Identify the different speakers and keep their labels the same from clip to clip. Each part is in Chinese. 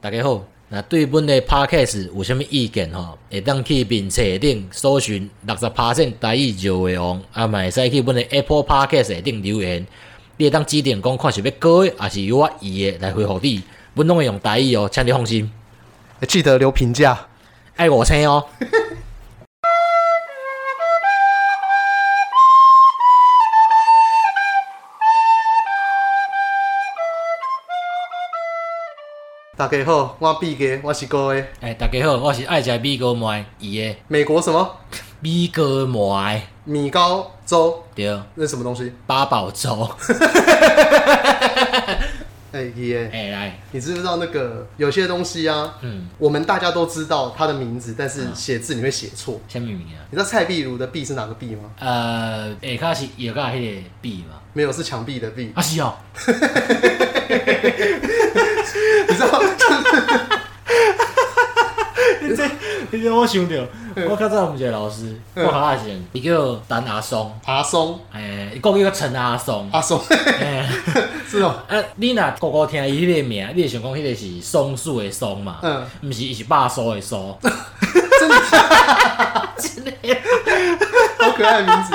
Speaker 1: 大家好，那对本的 podcast 有啥物意见吼？会当去面册顶搜寻六十 percent 台语就会王，啊，嘛会使去本的 Apple podcast 下顶留言，你会当指定讲看是要改的，还是由我伊的来回复你，阮拢会用台语哦，请你放心，
Speaker 2: 记得留评价。
Speaker 1: 爱五星哦。
Speaker 2: 大家好，我毕哥，我是各位
Speaker 1: 哎、大家好，我是爱食米糕糜伊的
Speaker 2: 美国什么
Speaker 1: 米糕糜，
Speaker 2: 米糕粥，
Speaker 1: 对，
Speaker 2: 那是什么东西？
Speaker 1: 八宝粥，
Speaker 2: 哎、耶、
Speaker 1: 哎、来，
Speaker 2: 你知不知道那个有些东西啊？
Speaker 1: 嗯，
Speaker 2: 我们大家都知道它的名字，但是写字你会写错。
Speaker 1: 啥物名啊？
Speaker 2: 你知道蔡壁如的壁是哪个壁吗？
Speaker 1: 呃，下骹是药甲迄个币嘛？
Speaker 2: 没有，是墙壁的壁。
Speaker 1: 啊是 哦，
Speaker 2: 你知道？
Speaker 1: 你这 你这我想着，
Speaker 2: 嗯
Speaker 1: 我较早有一个老师，我较早前，伊叫陈阿松，
Speaker 2: 阿松，
Speaker 1: 诶、伊讲伊叫陈阿松，
Speaker 2: 阿 松，
Speaker 1: 诶、
Speaker 2: 是哦。
Speaker 1: 啊，你若个个听伊迄个名，你会想讲迄个是松树的松嘛？
Speaker 2: 嗯，
Speaker 1: 毋是，伊是肉酥的酥，
Speaker 2: 好可爱的名字。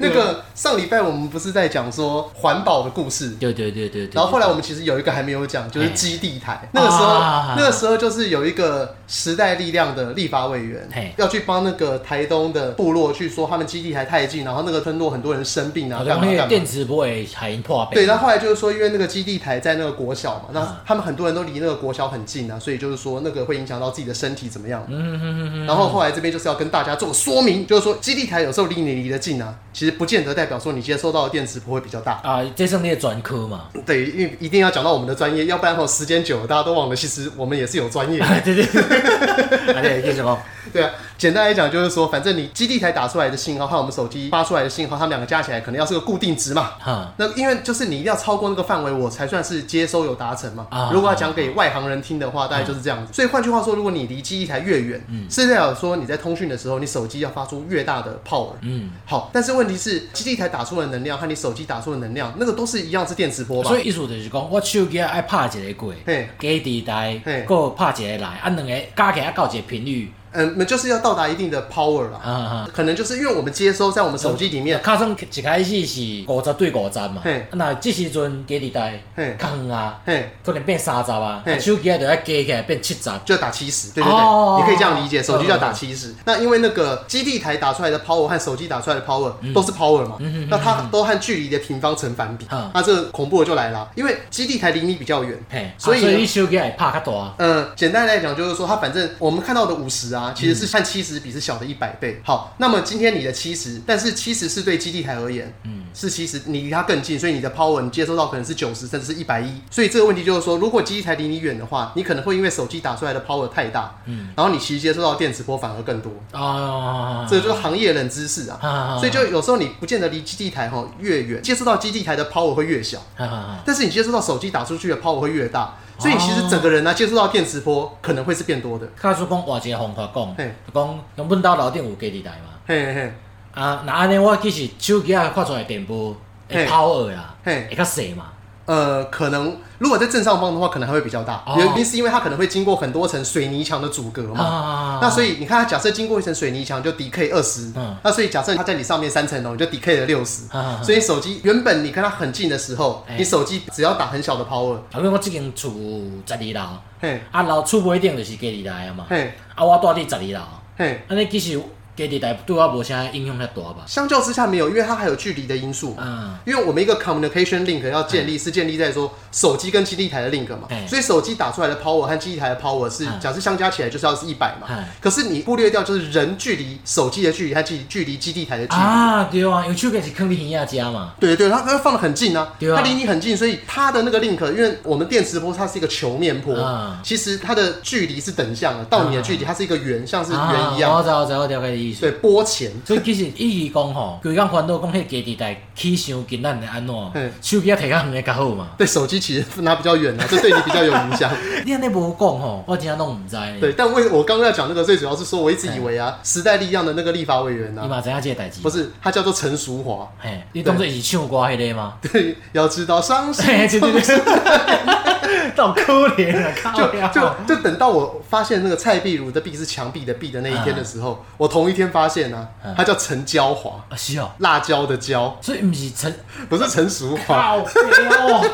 Speaker 2: 那个上礼拜我们不是在讲说环保的故事，
Speaker 1: 对对对对对。
Speaker 2: 然后后来我们其实有一个还没有讲，就是
Speaker 1: 哎
Speaker 2: 基地台。那个时候
Speaker 1: 啊，
Speaker 2: 那个时候就是有一个时代力量的立法委员
Speaker 1: 嘿
Speaker 2: 要去帮那个台东的部落去说他们基地台太近，然后那个村落很多人生病啊，
Speaker 1: 好
Speaker 2: 干
Speaker 1: 像
Speaker 2: 嘛
Speaker 1: 迄个
Speaker 2: 干嘛
Speaker 1: 电。池不会海因破病。
Speaker 2: 对，那后来就是说，因为那个基地台在那个国小嘛，那
Speaker 1: 啊
Speaker 2: 他们很多人都离那个国小很近啊，所以就是说那个会影响到自己的身体怎么样。
Speaker 1: 嗯嗯嗯
Speaker 2: 然后后来这边就是要跟大家做个说明，就是说基地台有时候离你离得近啊，其实不见得代表说你接收到的电磁波会比较大。
Speaker 1: 啊，这算你的专科嘛？
Speaker 2: 对，因为一定要讲到我们的专业，要不然吼时间久了大家都忘了，其实我们也是有专业的。
Speaker 1: 啊对对对，啊 对，继续讲。
Speaker 2: 对啊，简单来讲就是说，反正你基地台打出来的信号和我们手机发出来的信号，它们两个加起来可能要是个固定值嘛。
Speaker 1: 哈，
Speaker 2: 那因为就是你一定要超过那个范围，我才算是接收有达成嘛。
Speaker 1: 啊
Speaker 2: 如果要讲给外行人听的话，大概就是这样子。所以换句话说，如果你离基地台越远，是代表说你在通讯的时候，你手机要发出越大的 power。
Speaker 1: 嗯，
Speaker 2: 好，但是问题是，基地台打出的能量和你手机打出的能量，那个都是一样是电磁波吧
Speaker 1: 所？以意思就是讲，我手机啊爱拍一个过，
Speaker 2: 嘿
Speaker 1: 基地台
Speaker 2: 嘿，
Speaker 1: 搁拍一个来，啊两个加起来到一个频率，
Speaker 2: 嗯，那就是要到达一定的 power 啦。
Speaker 1: 啊啊。
Speaker 2: 可能就是因为我们接收在我们手机里面，
Speaker 1: 卡算一开始是五十对五十嘛，
Speaker 2: 嘿
Speaker 1: 啊那即时阵基地台
Speaker 2: 嘿
Speaker 1: 较远啊，
Speaker 2: 嘿，
Speaker 1: 可能变三十啊，
Speaker 2: 嘿
Speaker 1: 啊手机啊就要加起来变七十，
Speaker 2: 就打七十，对对对，
Speaker 1: 哦
Speaker 2: 你可以这样理解，手机就要打
Speaker 1: 嗯
Speaker 2: 七十。那因为那个基地台打出来的 power 和手机打出来的 power 都是 power 嘛，那它都和距离的平方成反比
Speaker 1: 嗯。
Speaker 2: 那这个恐怖的就来了，因为基地台离你比较远，
Speaker 1: 嘿，啊
Speaker 2: 所
Speaker 1: 所
Speaker 2: 以
Speaker 1: 以
Speaker 2: 呢
Speaker 1: 你手机会拍较大，
Speaker 2: 呃，简单来讲就是说，它反正我们看到的五十啊，其实是和七十比是小的一百倍。好，那么今天你的七十，但是七十是对基地台而言，嗯，是七十，你离它更近，所以你的 power 你接收到可能是九十甚至是一百一。所以这个问题就是说，如果基地台离你远的话，你可能会因为手机打出来的 power 太大，嗯，然后你其实接收到的电磁波反而更多。
Speaker 1: 哦，
Speaker 2: 这个就是行业冷知识啊，
Speaker 1: 啊
Speaker 2: 所以就有时候你不见得离基地台哈越远，接收到基地台的 power 会越小。
Speaker 1: 哈哈哈
Speaker 2: 但是你接收到手机打出去的 power 会越大，所以你其实整个人呢、啊接收到电磁波可能会是变多的。
Speaker 1: 卡说讲换一个方法讲，
Speaker 2: 嘿
Speaker 1: 就讲用本岛楼顶有基地台嘛，
Speaker 2: 嘿嘿嘿，
Speaker 1: 啊，那安尼我其实手机啊看出来的电波
Speaker 2: 嘿
Speaker 1: 会跑二啊啦，
Speaker 2: 嘿
Speaker 1: 会较细嘛，
Speaker 2: 呃，可能如果在正上方的话，可能还会比较大，
Speaker 1: 哦
Speaker 2: 原因是因为它可能会经过很多层水泥墙的阻隔嘛。
Speaker 1: 啊
Speaker 2: 那所以你看，它假设经过一层水泥墙就 decay 二十
Speaker 1: 嗯，
Speaker 2: 那所以假设它在你上面三层楼，你就 decay 了六十。
Speaker 1: 啊
Speaker 2: 所以手机原本你跟它很近的时候，
Speaker 1: 哎
Speaker 2: 你手机只要打很小的 power，
Speaker 1: 后面我即间厝有十二楼，
Speaker 2: 嘿
Speaker 1: 啊楼厝尾顶就是基地台啊嘛，
Speaker 2: 嘿
Speaker 1: 啊我住伫十二楼，
Speaker 2: 嘿，
Speaker 1: 安尼其实基地台对我无啥影响遐大吧？
Speaker 2: 相较之下没有，因为它还有距离的因素嘛。
Speaker 1: 嗯，
Speaker 2: 因为我们一个 communication link 要建立，是建立在说手机跟基地台的 link 嘛
Speaker 1: 嗯，
Speaker 2: 所以手机打出来的 power 和基地台的 power 是
Speaker 1: 嗯
Speaker 2: 假设相加起来就是要是一百嘛
Speaker 1: 嗯。
Speaker 2: 可是你忽略掉就是人距离手机的距离和距距离基地台的距离。
Speaker 1: 啊对啊，用手机是放伫耳仔遮嘛，
Speaker 2: 对对，它它放的很近啊，
Speaker 1: 对啊
Speaker 2: 它离你很近，所以它的那个 link，因为我们电磁波它是一个球面波
Speaker 1: 嗯，
Speaker 2: 其实它的距离是等向的，到你的距离它是一个圆，像是圆一
Speaker 1: 啊
Speaker 2: 样，
Speaker 1: 我知我知我了解你意
Speaker 2: 对
Speaker 1: 思。
Speaker 2: 波前。
Speaker 1: 所以其实意义讲吼，规工烦恼讲迄基地台起伤近咱会安怎
Speaker 2: 嘿？
Speaker 1: 手机啊摕较远的较好嘛。
Speaker 2: 对手机其实拿比较远啊，这对你比较有影响。
Speaker 1: 你安尼无讲吼，我真正拢毋知呢。
Speaker 2: 对，但为我刚刚要讲那个，最主要是说，我一直
Speaker 1: 哎
Speaker 2: 以为啊，时代力量的那个立法委员
Speaker 1: 你
Speaker 2: 啊，
Speaker 1: 嘛知影即个代志
Speaker 2: 不？是，他叫做陈淑华。
Speaker 1: 嘿，你当做伊是唱歌迄个吗？
Speaker 2: 对，要知道伤心
Speaker 1: 嘿，对对对，到可怜了，靠
Speaker 2: 就
Speaker 1: 呀
Speaker 2: 就就等到我发现那个蔡壁如的壁是墙壁的壁的那一天的
Speaker 1: 嗯
Speaker 2: 时候，我同一天发现呢、啊，他叫陈椒华，
Speaker 1: 啊是哦，
Speaker 2: 辣椒的椒，
Speaker 1: 所以唔是陈
Speaker 2: 不是陈淑华。
Speaker 1: 靠北哦，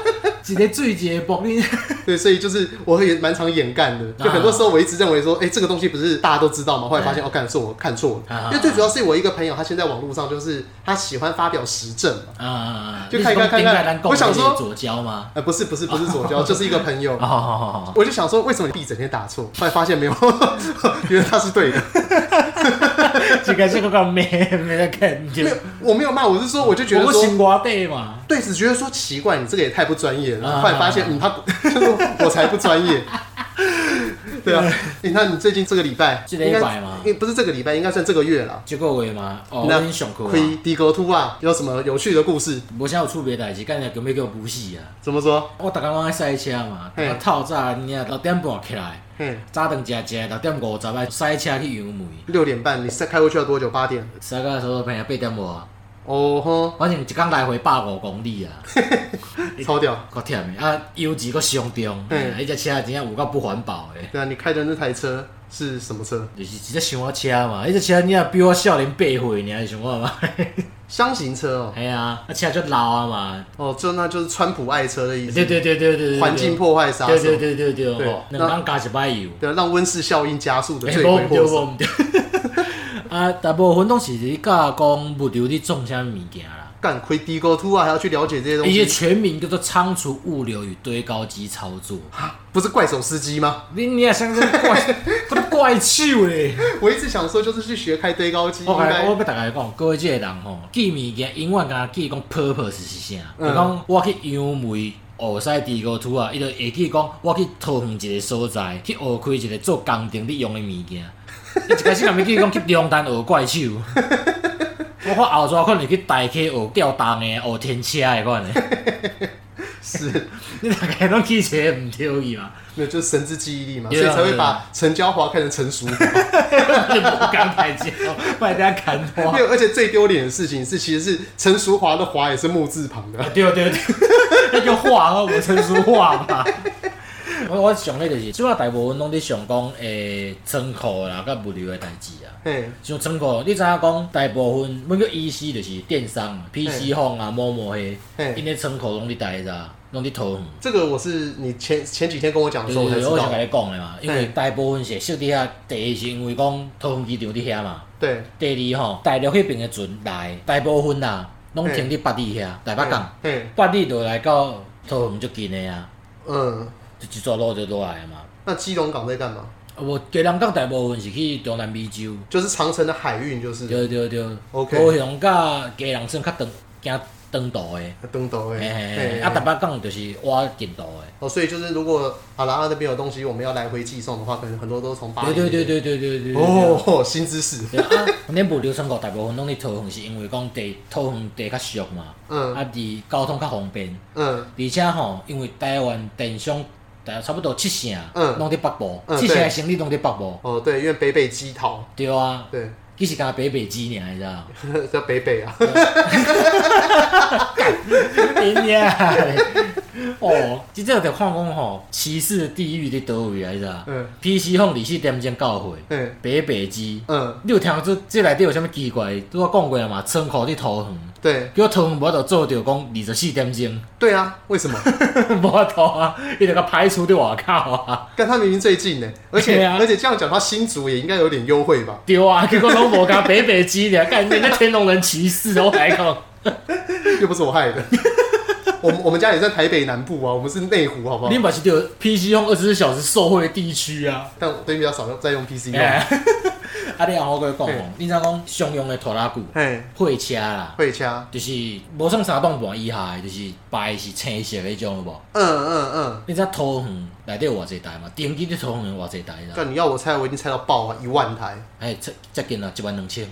Speaker 1: 一个水一个木你
Speaker 2: 对，所以就是我也蛮常掩盖
Speaker 1: 嗯
Speaker 2: 的，就很多时候我一直认为说，哎、这个东西不是大家都知道吗？后来
Speaker 1: 嗯
Speaker 2: 发现，哦，干是我看错
Speaker 1: 啊
Speaker 2: 了，因为最主要是我一个朋友，他现在网络上就是他喜欢发表实证嘛，
Speaker 1: 啊，
Speaker 2: 就看一看看看我想说
Speaker 1: 左交吗？
Speaker 2: 呃，不是不是不是左交，就是一个朋友
Speaker 1: 啊，。好好好好，
Speaker 2: 我就想说，为什么你 B 整天打错？后来发现没有， 原来他是对的。
Speaker 1: 这个这个个没 没得看，就
Speaker 2: 没有，我没有骂，我是说，我就觉得
Speaker 1: 我
Speaker 2: 说，
Speaker 1: 心瓜地嘛，
Speaker 2: 对，只觉得说奇怪，你这个也太不专业
Speaker 1: 啊
Speaker 2: 了。后来发现，嗯，他我才不专业。对啊，你看你最近这个礼拜，
Speaker 1: 这个
Speaker 2: 应该
Speaker 1: 一百吗
Speaker 2: 应不是这个礼拜，应该算这个月了。
Speaker 1: 这个月嘛，哦，我
Speaker 2: 那
Speaker 1: 先上课啊，
Speaker 2: 亏低沟突啊，有什么有趣的故事？
Speaker 1: 无啥有趣别代志，干日根本叫补习啊。
Speaker 2: 怎么说？
Speaker 1: 我逐工拢爱赛车嘛，
Speaker 2: 嘿
Speaker 1: 我透早你啊六点半起来，
Speaker 2: 嗯，
Speaker 1: 早顿食食，六点五十爱赛车去杨梅，
Speaker 2: 六点半，你赛开过去要多久？八点。
Speaker 1: 赛到差不多平八点啊外，
Speaker 2: 哦吼，
Speaker 1: 反正一工来回百五公里啊，
Speaker 2: 超屌！
Speaker 1: 够忝的啊，油钱够上重，哎
Speaker 2: 嗯
Speaker 1: 迄只车真正有够不环保的。
Speaker 2: 对啊，你开的那台车是什么车？
Speaker 1: 就是一只想我车嘛，迄只车你若比我少年八岁，你还想我嘛？
Speaker 2: 箱型车哦。
Speaker 1: 系啊，啊车就老啊嘛。
Speaker 2: 哦，就那就是川普爱车的意思。
Speaker 1: 对对对对对对，对
Speaker 2: 环境破坏杀手。
Speaker 1: 对对对对对
Speaker 2: 对
Speaker 1: 对，吼
Speaker 2: 那
Speaker 1: 两工加一摆油。
Speaker 2: 对啊，让温室效应加速的
Speaker 1: 欸
Speaker 2: 罪
Speaker 1: 无
Speaker 2: 魁
Speaker 1: 毋对，
Speaker 2: 祸
Speaker 1: 无
Speaker 2: 首。
Speaker 1: 毋对。 啊，大部分拢是你教讲物流你种啥物件啦。
Speaker 2: 干亏低沟突啊，还要去了解这些东
Speaker 1: 伊个
Speaker 2: 西，
Speaker 1: 全名叫做仓储物流与堆高机操作。
Speaker 2: 不是怪手司机吗？
Speaker 1: 你你也像是怪，不是怪 手咧。
Speaker 2: 我一直想说，就是去学开堆高机，
Speaker 1: 我
Speaker 2: 应
Speaker 1: 甲你
Speaker 2: 该
Speaker 1: 我要大家讲，各位即个人吼，记物件永远甲记讲 purpose 是啥？
Speaker 2: 嗯
Speaker 1: 就讲我去杨梅。学西地沟土啊，伊就会记讲，我去桃园一个所在，去学开一个做工程你用的物件。你一开始也咪记讲去中单学怪 手，我看后抓可能去台溪学吊重的、学天车的款的，
Speaker 2: 是，
Speaker 1: 你大概拢记一个毋对去嘛，
Speaker 2: 那就是神之记忆力嘛，所
Speaker 1: 对啊
Speaker 2: 以才会
Speaker 1: 对啊
Speaker 2: 把陈娇华看成陈淑华。
Speaker 1: 你无讲代志，快点砍我
Speaker 2: 没。有，而且最丢脸的事情是，其实是陈淑华的华也是木字旁的
Speaker 1: 啊，，对对对，那叫画啊，我成熟画嘛。 我我想的就是，主要大部分拢伫想讲诶，仓库啦、甲物流的代志啊。
Speaker 2: 嘿，
Speaker 1: 像仓库，你知影讲大部分，阮叫 EC 就是电商嘛，PC 方啊、某某迄
Speaker 2: 嘿，
Speaker 1: 因咧仓库拢伫代啥，拢伫桃园。
Speaker 2: 这个我是你前前几天跟我讲的
Speaker 1: 对
Speaker 2: 时候我
Speaker 1: 对对，哎我
Speaker 2: 才知
Speaker 1: 想甲
Speaker 2: 道，
Speaker 1: 你讲的嘛，因为
Speaker 2: 嘿
Speaker 1: 大部分是设伫遐，第一是因为讲桃园机场伫遐嘛，
Speaker 2: 对，
Speaker 1: 第二吼大陆迄边的船来，大部分啦拢停伫北里遐，台北港。
Speaker 2: 嘿，
Speaker 1: 八里就来到桃园就近的啊，
Speaker 2: 嗯，
Speaker 1: 就一座路就落来的嘛。
Speaker 2: 那基隆港在干嘛？
Speaker 1: 啊我鸡人港大部分是去中南美洲，
Speaker 2: 就是长城的海运，就是
Speaker 1: 对对对。
Speaker 2: OK
Speaker 1: 高雄甲鸡人算较长，行长途的，
Speaker 2: 登岛
Speaker 1: 嘿嘿
Speaker 2: 啊哎，
Speaker 1: 嘿。啊，台北港就是挖近途的。
Speaker 2: 哦，所以就是如果阿拉阿那边有东西，我们要来回寄送的话，可能很多都是从巴黎。
Speaker 1: 对对对对对对对。对。
Speaker 2: 哦，新知识，
Speaker 1: 对啊，恁物流仓库大部分拢伫桃园，是因为讲地桃园地较俗嘛，
Speaker 2: 嗯
Speaker 1: 啊，伫交通较方便，
Speaker 2: 嗯，
Speaker 1: 而且吼，因为台湾电商大概差不多七成
Speaker 2: 嗯
Speaker 1: 拢伫北部，
Speaker 2: 嗯
Speaker 1: 七成的
Speaker 2: 对
Speaker 1: 生意拢伫北部，
Speaker 2: 哦对，因为北北基桃，
Speaker 1: 对啊。
Speaker 2: 对，
Speaker 1: 其实甲北北基尔，你知道？
Speaker 2: 叫北北啊，
Speaker 1: 哎呀，哦，即这就看讲吼，歧视地域伫倒位啊，你知道？
Speaker 2: 嗯
Speaker 1: PC 凤二四点钟教会，
Speaker 2: 嗯
Speaker 1: 北北基，
Speaker 2: 嗯，
Speaker 1: 你有听这这内底有啥物奇怪？拄我讲过了啊嘛，仓库伫桃园，
Speaker 2: 对
Speaker 1: 叫桃园无度做着讲二十四点钟，
Speaker 2: 对啊，为什么？
Speaker 1: 无法度啊，伊就甲排除伫外口啊，
Speaker 2: 跟他明明最近呢，而
Speaker 1: 对
Speaker 2: 且、
Speaker 1: 啊
Speaker 2: 而且这样讲，他新竹也应该有点优惠吧？
Speaker 1: 对啊，结果拢无甲北北基尔，干人家天龙人歧视，我来讲，
Speaker 2: 又不是我害的。 我们我们家也在台北南部啊，我们是内湖，好不好
Speaker 1: 你？嘛是着 PC 凤二十四小时受惠地区啊。
Speaker 2: 但我对比较少在用 PC 用，
Speaker 1: 哎， 啊，你后我跟你讲
Speaker 2: 嘿
Speaker 1: 吼，你知影讲商用的拖拉机、
Speaker 2: 嘿，
Speaker 1: 货车啦，
Speaker 2: 会掐，
Speaker 1: 就是无算三档半以下的，就是白是青色迄种有无？
Speaker 2: 嗯嗯嗯。
Speaker 1: 你知影桃园内底有偌济台嘛？电机你桃园有偌济台啦？
Speaker 2: 但你要我猜，我已经猜到爆啊，一万台，
Speaker 1: 哎，接接近啊，一万两千。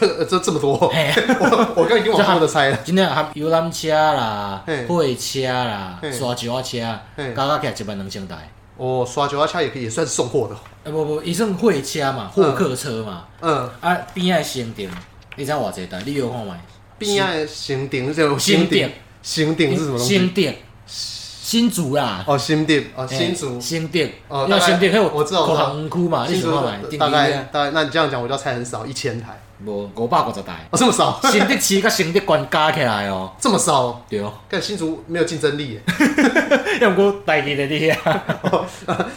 Speaker 2: 这这么多，我
Speaker 1: 嘿，
Speaker 2: 我刚已经往多的猜了。
Speaker 1: 真正含游览车啦
Speaker 2: 嘿、
Speaker 1: 货车啦、
Speaker 2: 嘿
Speaker 1: 刷石仔车，
Speaker 2: 嘿
Speaker 1: 加加起来一万两千台。
Speaker 2: 哦，刷九幺车也可以，也算是送货的。
Speaker 1: 啊，无无，伊算货车嘛，货客车嘛，
Speaker 2: 嗯，
Speaker 1: 啊边仔的商店，你知影偌济台？你有看卖？
Speaker 2: 边爱行顶这种
Speaker 1: 行鼎
Speaker 2: 行顶是什么东西？
Speaker 1: 新店，新竹啦，
Speaker 2: 哦，新店哦，
Speaker 1: 嘿
Speaker 2: 新竹，
Speaker 1: 哎新店，
Speaker 2: 哦
Speaker 1: 要
Speaker 2: 大概
Speaker 1: 新店，迄有
Speaker 2: 我知道我知道
Speaker 1: 航区嘛，你
Speaker 2: 新
Speaker 1: 想
Speaker 2: 竹
Speaker 1: 看卖？定
Speaker 2: 大
Speaker 1: 位
Speaker 2: 概
Speaker 1: 啊，
Speaker 2: 大概，那你这样讲，我就猜很少，一千台，
Speaker 1: 无五百五十
Speaker 2: ，
Speaker 1: 台
Speaker 2: 哦，这么少，
Speaker 1: 新德市甲新德县加起来哦，
Speaker 2: 这么少，
Speaker 1: 对哦，
Speaker 2: 但新竹没有竞争力耶，
Speaker 1: 要毋过台己的你啊，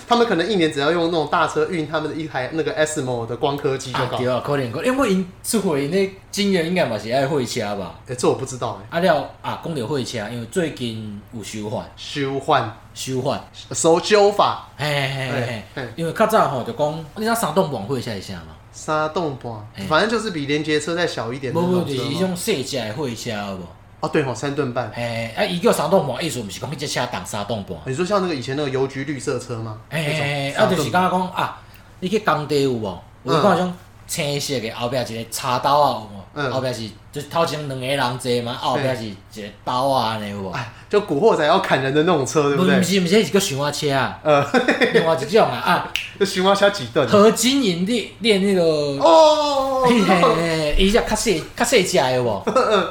Speaker 2: 他们可能一年只要用那种大车运他们的一台那个 SMO 的光刻机 就
Speaker 1: 啊
Speaker 2: 好
Speaker 1: 对。啊，可能可能，因为因出货因咧金源应该嘛是爱货车吧，
Speaker 2: 哎，这我不知道哎，
Speaker 1: 啊了啊，讲着货车，因为最近有修法，
Speaker 2: 修换、
Speaker 1: 修法，
Speaker 2: 手修法、
Speaker 1: 嘿嘿嘿嘿
Speaker 2: 嘿嘿
Speaker 1: 嘿，因为较早吼就讲，你知道三栋网货车是啥嘛？
Speaker 2: 沙洞板
Speaker 1: 哎，
Speaker 2: 反正就是比连接车再小一点的
Speaker 1: 无
Speaker 2: 那
Speaker 1: 无
Speaker 2: 种
Speaker 1: 就是迄
Speaker 2: 车嘛。
Speaker 1: 种细只的货车有无？
Speaker 2: 哦，对吼，三吨半。
Speaker 1: 嘿，啊伊叫三栋半，意思毋是讲迄只车重三栋半。
Speaker 2: 你说像那个以前那个邮局绿色车吗？
Speaker 1: 嘿嘿嘿，
Speaker 2: 那
Speaker 1: 啊
Speaker 2: 种
Speaker 1: 就是敢若讲啊，你去工地有无？有
Speaker 2: 嗯
Speaker 1: 看迄种青色的后壁一个叉刀啊有
Speaker 2: 嗯
Speaker 1: 无？后壁是就是头前两个人坐嘛，啊后壁
Speaker 2: 嘿
Speaker 1: 是一个刀啊安尼有无？
Speaker 2: 哎，就古惑仔要砍人的那种车，对
Speaker 1: 无
Speaker 2: 不
Speaker 1: 毋
Speaker 2: 对？
Speaker 1: 是毋是，迄是叫熊仔车啊，
Speaker 2: 呃，
Speaker 1: 另外一种啊啊，
Speaker 2: 就熊猫小几吨。
Speaker 1: 合金营练练那个。
Speaker 2: 哦，
Speaker 1: 嘿嘿嘿，伊只较细较细只的有无？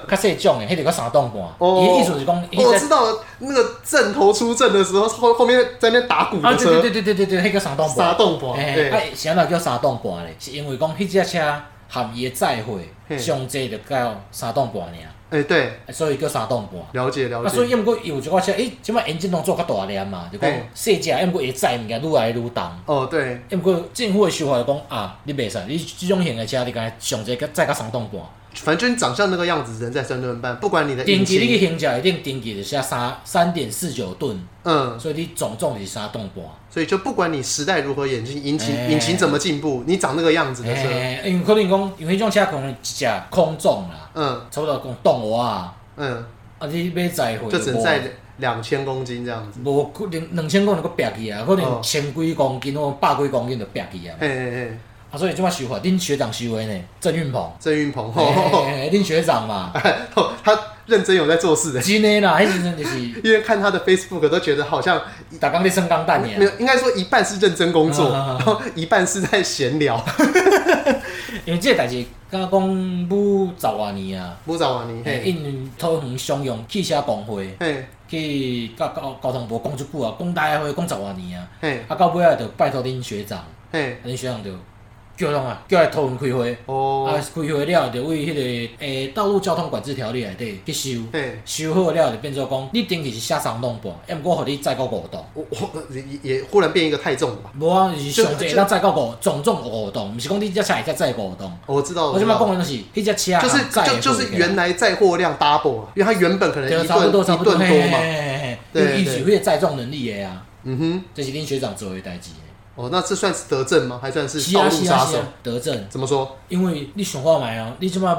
Speaker 1: 较细种的，迄个叫三档半。伊的意思是讲，伊
Speaker 2: 哦我
Speaker 1: 只
Speaker 2: 知道了那个阵头出阵的时候，后后面在那边打鼓
Speaker 1: 啊，
Speaker 2: 的
Speaker 1: 对
Speaker 2: 车
Speaker 1: 对，对对对啊对，迄个三档半。
Speaker 2: 沙洞博，
Speaker 1: 诶，啊
Speaker 2: 哎，，
Speaker 1: 啥人叫三档半咧？是因为讲迄只车含伊的载货
Speaker 2: 嘿
Speaker 1: 上济就到三档半尔，啊
Speaker 2: 哎，对，
Speaker 1: 所以叫三档半。
Speaker 2: 了解了
Speaker 1: 啊，所以
Speaker 2: 解，
Speaker 1: 要毋过伊有一寡车，诶，即摆引进拢做较大量嘛，就讲
Speaker 2: 嘿
Speaker 1: 细只，要毋过伊的载物件愈来愈重。
Speaker 2: 哦，对，
Speaker 1: 要毋过政府的想法就讲啊，你袂使，你即种型的车你敢上济载到三档半，
Speaker 2: 反正长相那个样子，人在三吨半，不管你的
Speaker 1: 定
Speaker 2: 引
Speaker 1: 期你去
Speaker 2: 擎，
Speaker 1: 行车一定定期就写三三点四九吨，
Speaker 2: 嗯，
Speaker 1: 所以你总重是三档半。
Speaker 2: 所以就不管你时代如何演进，引擎
Speaker 1: 哎
Speaker 2: 引擎怎么进步，你长那个样子的车，
Speaker 1: 诶，因为可能讲，因为迄种车可能一只空重啦，
Speaker 2: 嗯
Speaker 1: 差不多讲动物啊。
Speaker 2: 嗯，
Speaker 1: 啊，你买载货
Speaker 2: 就只能载两千公斤这样子，
Speaker 1: 无可能两千公就搁白去啊，可
Speaker 2: 哦
Speaker 1: 能千几公斤或百几公斤就白去啊。
Speaker 2: 嘿嘿嘿，
Speaker 1: 啊，所以即摆收法，恁学长收的呢，郑运鹏，
Speaker 2: 郑运鹏，，
Speaker 1: 嘿嘿嘿嘿恁学长嘛
Speaker 2: 他认真有在做事的，
Speaker 1: 真的啦，迄时阵就是
Speaker 2: 因为看他的 Facebook 都觉得好像
Speaker 1: 逐工咧升钢蛋
Speaker 2: 没
Speaker 1: 尔，
Speaker 2: 有，应该说一半是认真工 作，
Speaker 1: 啊啊啊
Speaker 2: 然后一半是在闲聊。
Speaker 1: 因为即个代志，敢若讲要十外年啊，
Speaker 2: 不找完你，
Speaker 1: 嘿
Speaker 2: 嘿，
Speaker 1: 因为桃园商用汽车工会
Speaker 2: 嘿，
Speaker 1: 去甲交交通部讲一句啊，讲大会讲十外年啊，
Speaker 2: 嘿，
Speaker 1: 啊到尾啊就拜托恁学长，
Speaker 2: 嘿，
Speaker 1: 恁学长就叫人啊，叫来桃园开会。啊，
Speaker 2: 哦，
Speaker 1: 开会了就为迄、个诶、道路交通管制条例内底去修，
Speaker 2: 嘿，
Speaker 1: 修好了就变做讲，你顶期是写三弄半，要毋过互你载到五栋。
Speaker 2: 我我也也忽然变一个太重了吧？
Speaker 1: 无啊，是上
Speaker 2: 就
Speaker 1: 济咱载到五，总总五栋，毋是讲你只车会再载五栋。
Speaker 2: 我知道，
Speaker 1: 我即摆讲
Speaker 2: 我
Speaker 1: 的就是，迄只车
Speaker 2: 知道哦就是
Speaker 1: 载
Speaker 2: 就就是原来载货量 double 啊，因为它原本可能
Speaker 1: 对
Speaker 2: 一
Speaker 1: 差不
Speaker 2: 吨
Speaker 1: 多差
Speaker 2: 一
Speaker 1: 不多
Speaker 2: 吨多
Speaker 1: 嘛，
Speaker 2: 嘛。对
Speaker 1: 对，伊
Speaker 2: 对
Speaker 1: 有迄个载重能力的啊，
Speaker 2: 嗯哼，
Speaker 1: 这是恁学长做的代志。
Speaker 2: 哦，那这算是得证吗？还算是
Speaker 1: 是
Speaker 2: 道
Speaker 1: 啊
Speaker 2: 路
Speaker 1: 是
Speaker 2: 杀
Speaker 1: 啊是
Speaker 2: 手
Speaker 1: 啊？，德政，
Speaker 2: 怎么说？
Speaker 1: 因为你想看觅哦，你即摆要